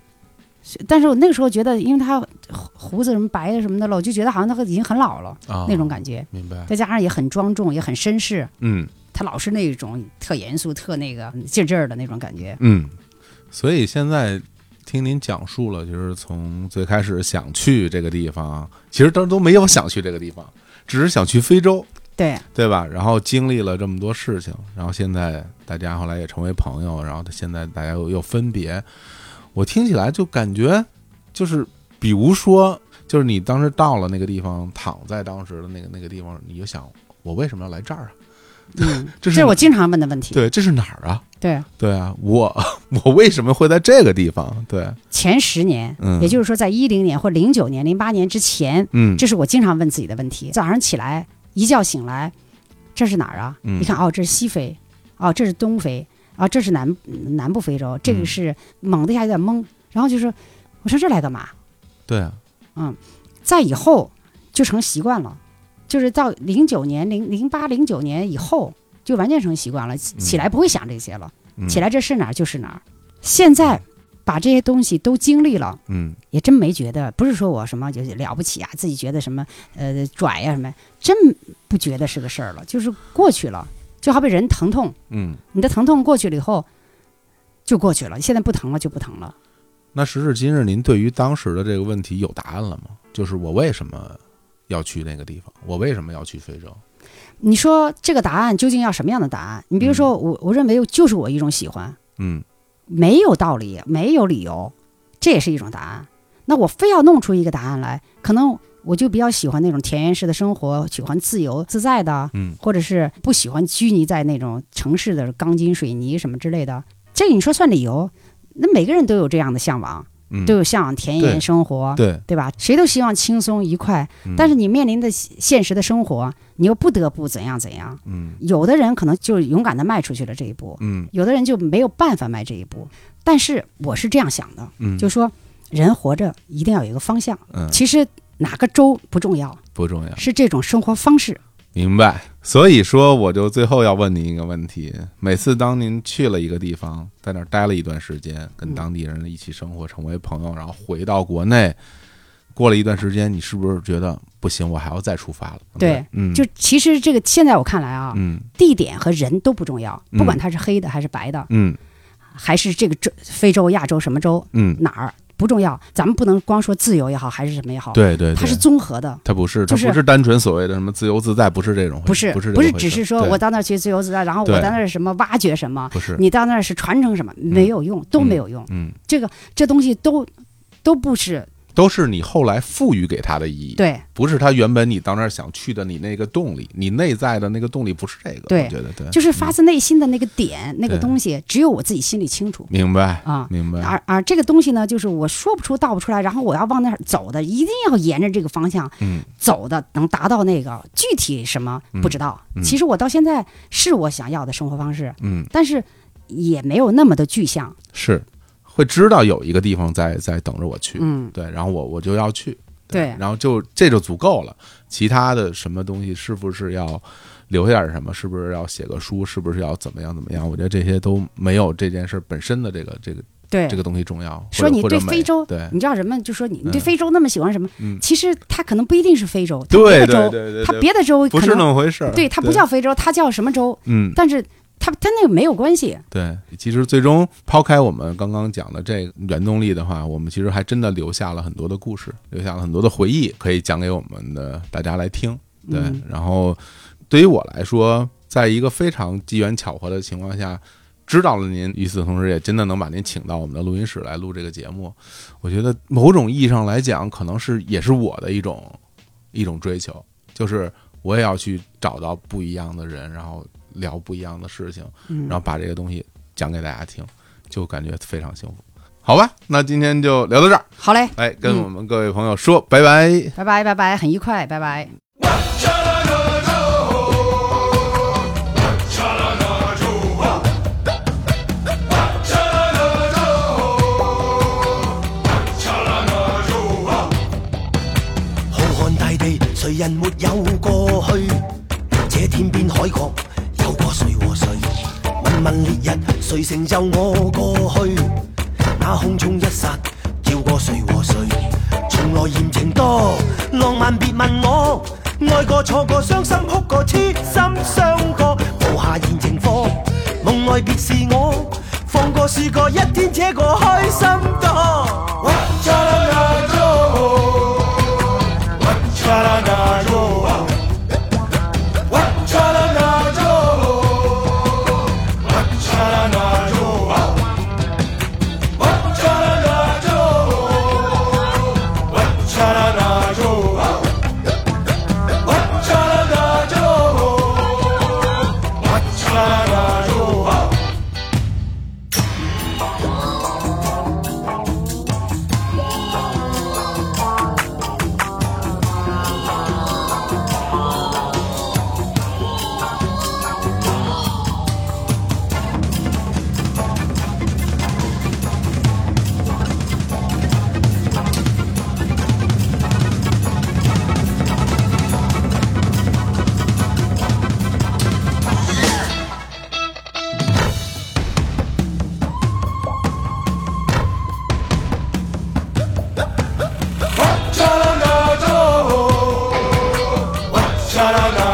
S2: 但是我那个时候觉得，因为他胡胡子什么白的什么的了，我就觉得好像他已经很老了、
S1: 啊，
S2: 那种感觉，
S1: 明白，
S2: 再加上也很庄重，也很绅士，
S1: 嗯
S2: 他老是那种特严肃、特那个劲儿劲儿的那种感觉。
S1: 嗯，所以现在听您讲述了，就是从最开始想去这个地方，其实当时都没有想去这个地方，只是想去非洲，
S2: 对，
S1: 对吧？然后经历了这么多事情，然后现在大家后来也成为朋友，然后现在大家又又分别，我听起来就感觉就是，比如说，就是你当时到了那个地方，躺在当时的那个那个地方，你就想，我为什么要来这儿啊？
S2: 嗯，
S1: 这
S2: 这
S1: 是
S2: 我经常问的问题。
S1: 对，这是哪儿啊？
S2: 对
S1: 对啊， 我我为什么会在这个地方？对，
S2: 前十年，
S1: 嗯
S2: 也就是说在一零年或零九年、零八年之前，
S1: 嗯，
S2: 这是我经常问自己的问题。早上起来一觉醒来，这是哪儿啊？
S1: 嗯
S2: 一看哦，这是西非，哦，这是东非，哦，这是南南部非洲，这
S1: 嗯
S2: 个是猛的一下有点懵，然后就说我上这儿来干嘛？
S1: 对啊，
S2: 再以后就成习惯了，就是到零九年、零零八、零九年以后就完全成习惯了，起起来不会想这些了，
S1: 嗯
S2: 起，来这是哪儿就是哪儿。现在把这些东西都经历了。
S1: 嗯
S2: 也真没觉得，不是说我什么就是了不起啊，自己觉得什么呃拽呀、什么，真不觉得是个事儿了，就是过去了。就好比人疼痛，
S1: 嗯，
S2: 你的疼痛过去了以后就过去了，现在不疼了就不疼了。
S1: 那时至今日，您对于当时的这个问题有答案了吗？就是我为什么要去那个地方？我为什么要去非洲？
S2: 你说这个答案究竟要什么样的答案？你比如说我，我认为就是我一种喜欢，
S1: 嗯
S2: 没有道理，没有理由，这也是一种答案。那我非要弄出一个答案来，可能我就比较喜欢那种田园式的生活，喜欢自由自在的，
S1: 嗯，
S2: 或者是不喜欢拘泥在那种城市的钢筋水泥什么之类的。这个你说算理由？那每个人都有这样的向往，
S1: 嗯，
S2: 都有向往田
S1: 对
S2: 园生活，
S1: 对，
S2: 对吧？谁都希望轻松愉快，
S1: 嗯
S2: 但是你面临的现实的生活，你又不得不怎样怎样。
S1: 嗯
S2: 有的人可能就勇敢的迈出去了这一步，
S1: 嗯
S2: 有的人就没有办法迈这一步。但是我是这样想的，
S1: 嗯，
S2: 就说人活着一定要有一个方向。
S1: 嗯
S2: 其实哪个州不重要，
S1: 不重要，
S2: 是这种生活方式。
S1: 明白。所以说，我就最后要问您一个问题：每次当您去了一个地方，在那儿待了一段时间，跟
S2: 嗯
S1: 当地人一起生活，成为朋友，然后回到国内，过了一段时间，你是不是觉得不行，我还要再出发了？
S2: 对，
S1: 嗯，
S2: 就其实这个现在我看来啊，
S1: 嗯
S2: 地点和人都不重要，
S1: 嗯
S2: 不管它是黑的还是白的，
S1: 嗯
S2: 还是这个州、非洲、亚洲什么洲
S1: 嗯，
S2: 哪儿不重要，咱们不能光说自由也好还是什么也好，
S1: 对对，
S2: 它
S1: 对
S2: 是综合的。
S1: 它不是，它
S2: 就是
S1: 不是单纯所谓的什么自由自在，不是这种回事，不
S2: 不是
S1: 是这
S2: 不是，
S1: 回
S2: 只
S1: 事
S2: 是说
S1: 对
S2: 我到那儿去自由自在，然后
S1: 对
S2: 我到那儿什么挖掘什么，
S1: 不是，
S2: 你到那儿是传承什么，没有用，都没有用。
S1: 嗯，
S2: 这个这东西都都不是
S1: 都是你后来赋予给它的意义，
S2: 对
S1: 不是它原本你到那儿想去的你那个动力，你内在的那个动力不是这个，
S2: 对
S1: 我觉得对，
S2: 就是发自内心的那个点，那个
S1: 嗯对嗯
S2: 东西，只有我自己心里清楚
S1: 明白，
S2: 啊。
S1: 明白，
S2: 而而这个东西呢，就是我说不出道不出来，然后我要往那儿走的，一定要沿着这个方向
S1: 嗯
S2: 走的，能达到那个具体什么
S1: 嗯
S2: 不知道
S1: 嗯。
S2: 其实我到现在是我想要的生活方式，
S1: 嗯，
S2: 但是也没有那么的具象。
S1: 是会知道有一个地方在在等着我去，
S2: 嗯，
S1: 对，然后我我就要去，
S2: 对
S1: 然后就这就足够了，其他的什么东西是不是要留下点什么？是不是要写个书？是不是要怎么样怎么样？我觉得这些都没有这件事本身的这个这个
S2: 对
S1: 这。个东西重要。
S2: 说
S1: 或者
S2: 你
S1: 或者
S2: 对
S1: 美
S2: 非洲
S1: 对
S2: 你知道人们就说你你对
S1: 嗯
S2: 非洲那么喜欢什么
S1: 嗯？
S2: 其实它可能不一定是非洲，它
S1: 对
S2: 别的
S1: 对
S2: 州，
S1: 对对
S2: 它
S1: 对，
S2: 别的州
S1: 不
S2: 可
S1: 是
S2: 能
S1: 那么回事儿。
S2: 对，它不叫非洲，它叫什么州？
S1: 嗯，
S2: 但是它它那个没有关系。
S1: 对。其实最终抛开我们刚刚讲的这个原动力的话，我们其实还真的留下了很多的故事，留下了很多的回忆，可以讲给我们的大家来听。对，
S2: 嗯
S1: 然后对于我来说，在一个非常机缘巧合的情况下，知道了您，与此同时也真的能把您请到我们的录音室来录这个节目，我觉得某种意义上来讲，可能是也是我的一种一种追求，就是我也要去找到不一样的人，然后聊不一样的事情，
S2: 嗯
S1: 然后把这个东西讲给大家听，就感觉非常幸福。好吧，那今天就聊到这儿，
S2: 好嘞，嗯
S1: 来哎跟我们各位朋友说拜拜。
S2: 拜拜拜拜，很愉快，拜拜。
S3: 浩瀚大地，誰人沒有過去？這天邊海角，有過誰和誰？問問烈日，誰成就我過去？那空中一剎，叫過誰和誰？從來嫌情多，浪漫別問我。愛過錯過，傷心哭過，痴心傷過，無下現情課。夢愛別是我，放過試過，一天且過，開心多。哇cha la la cha la la cha la la
S4: 沙啦啦。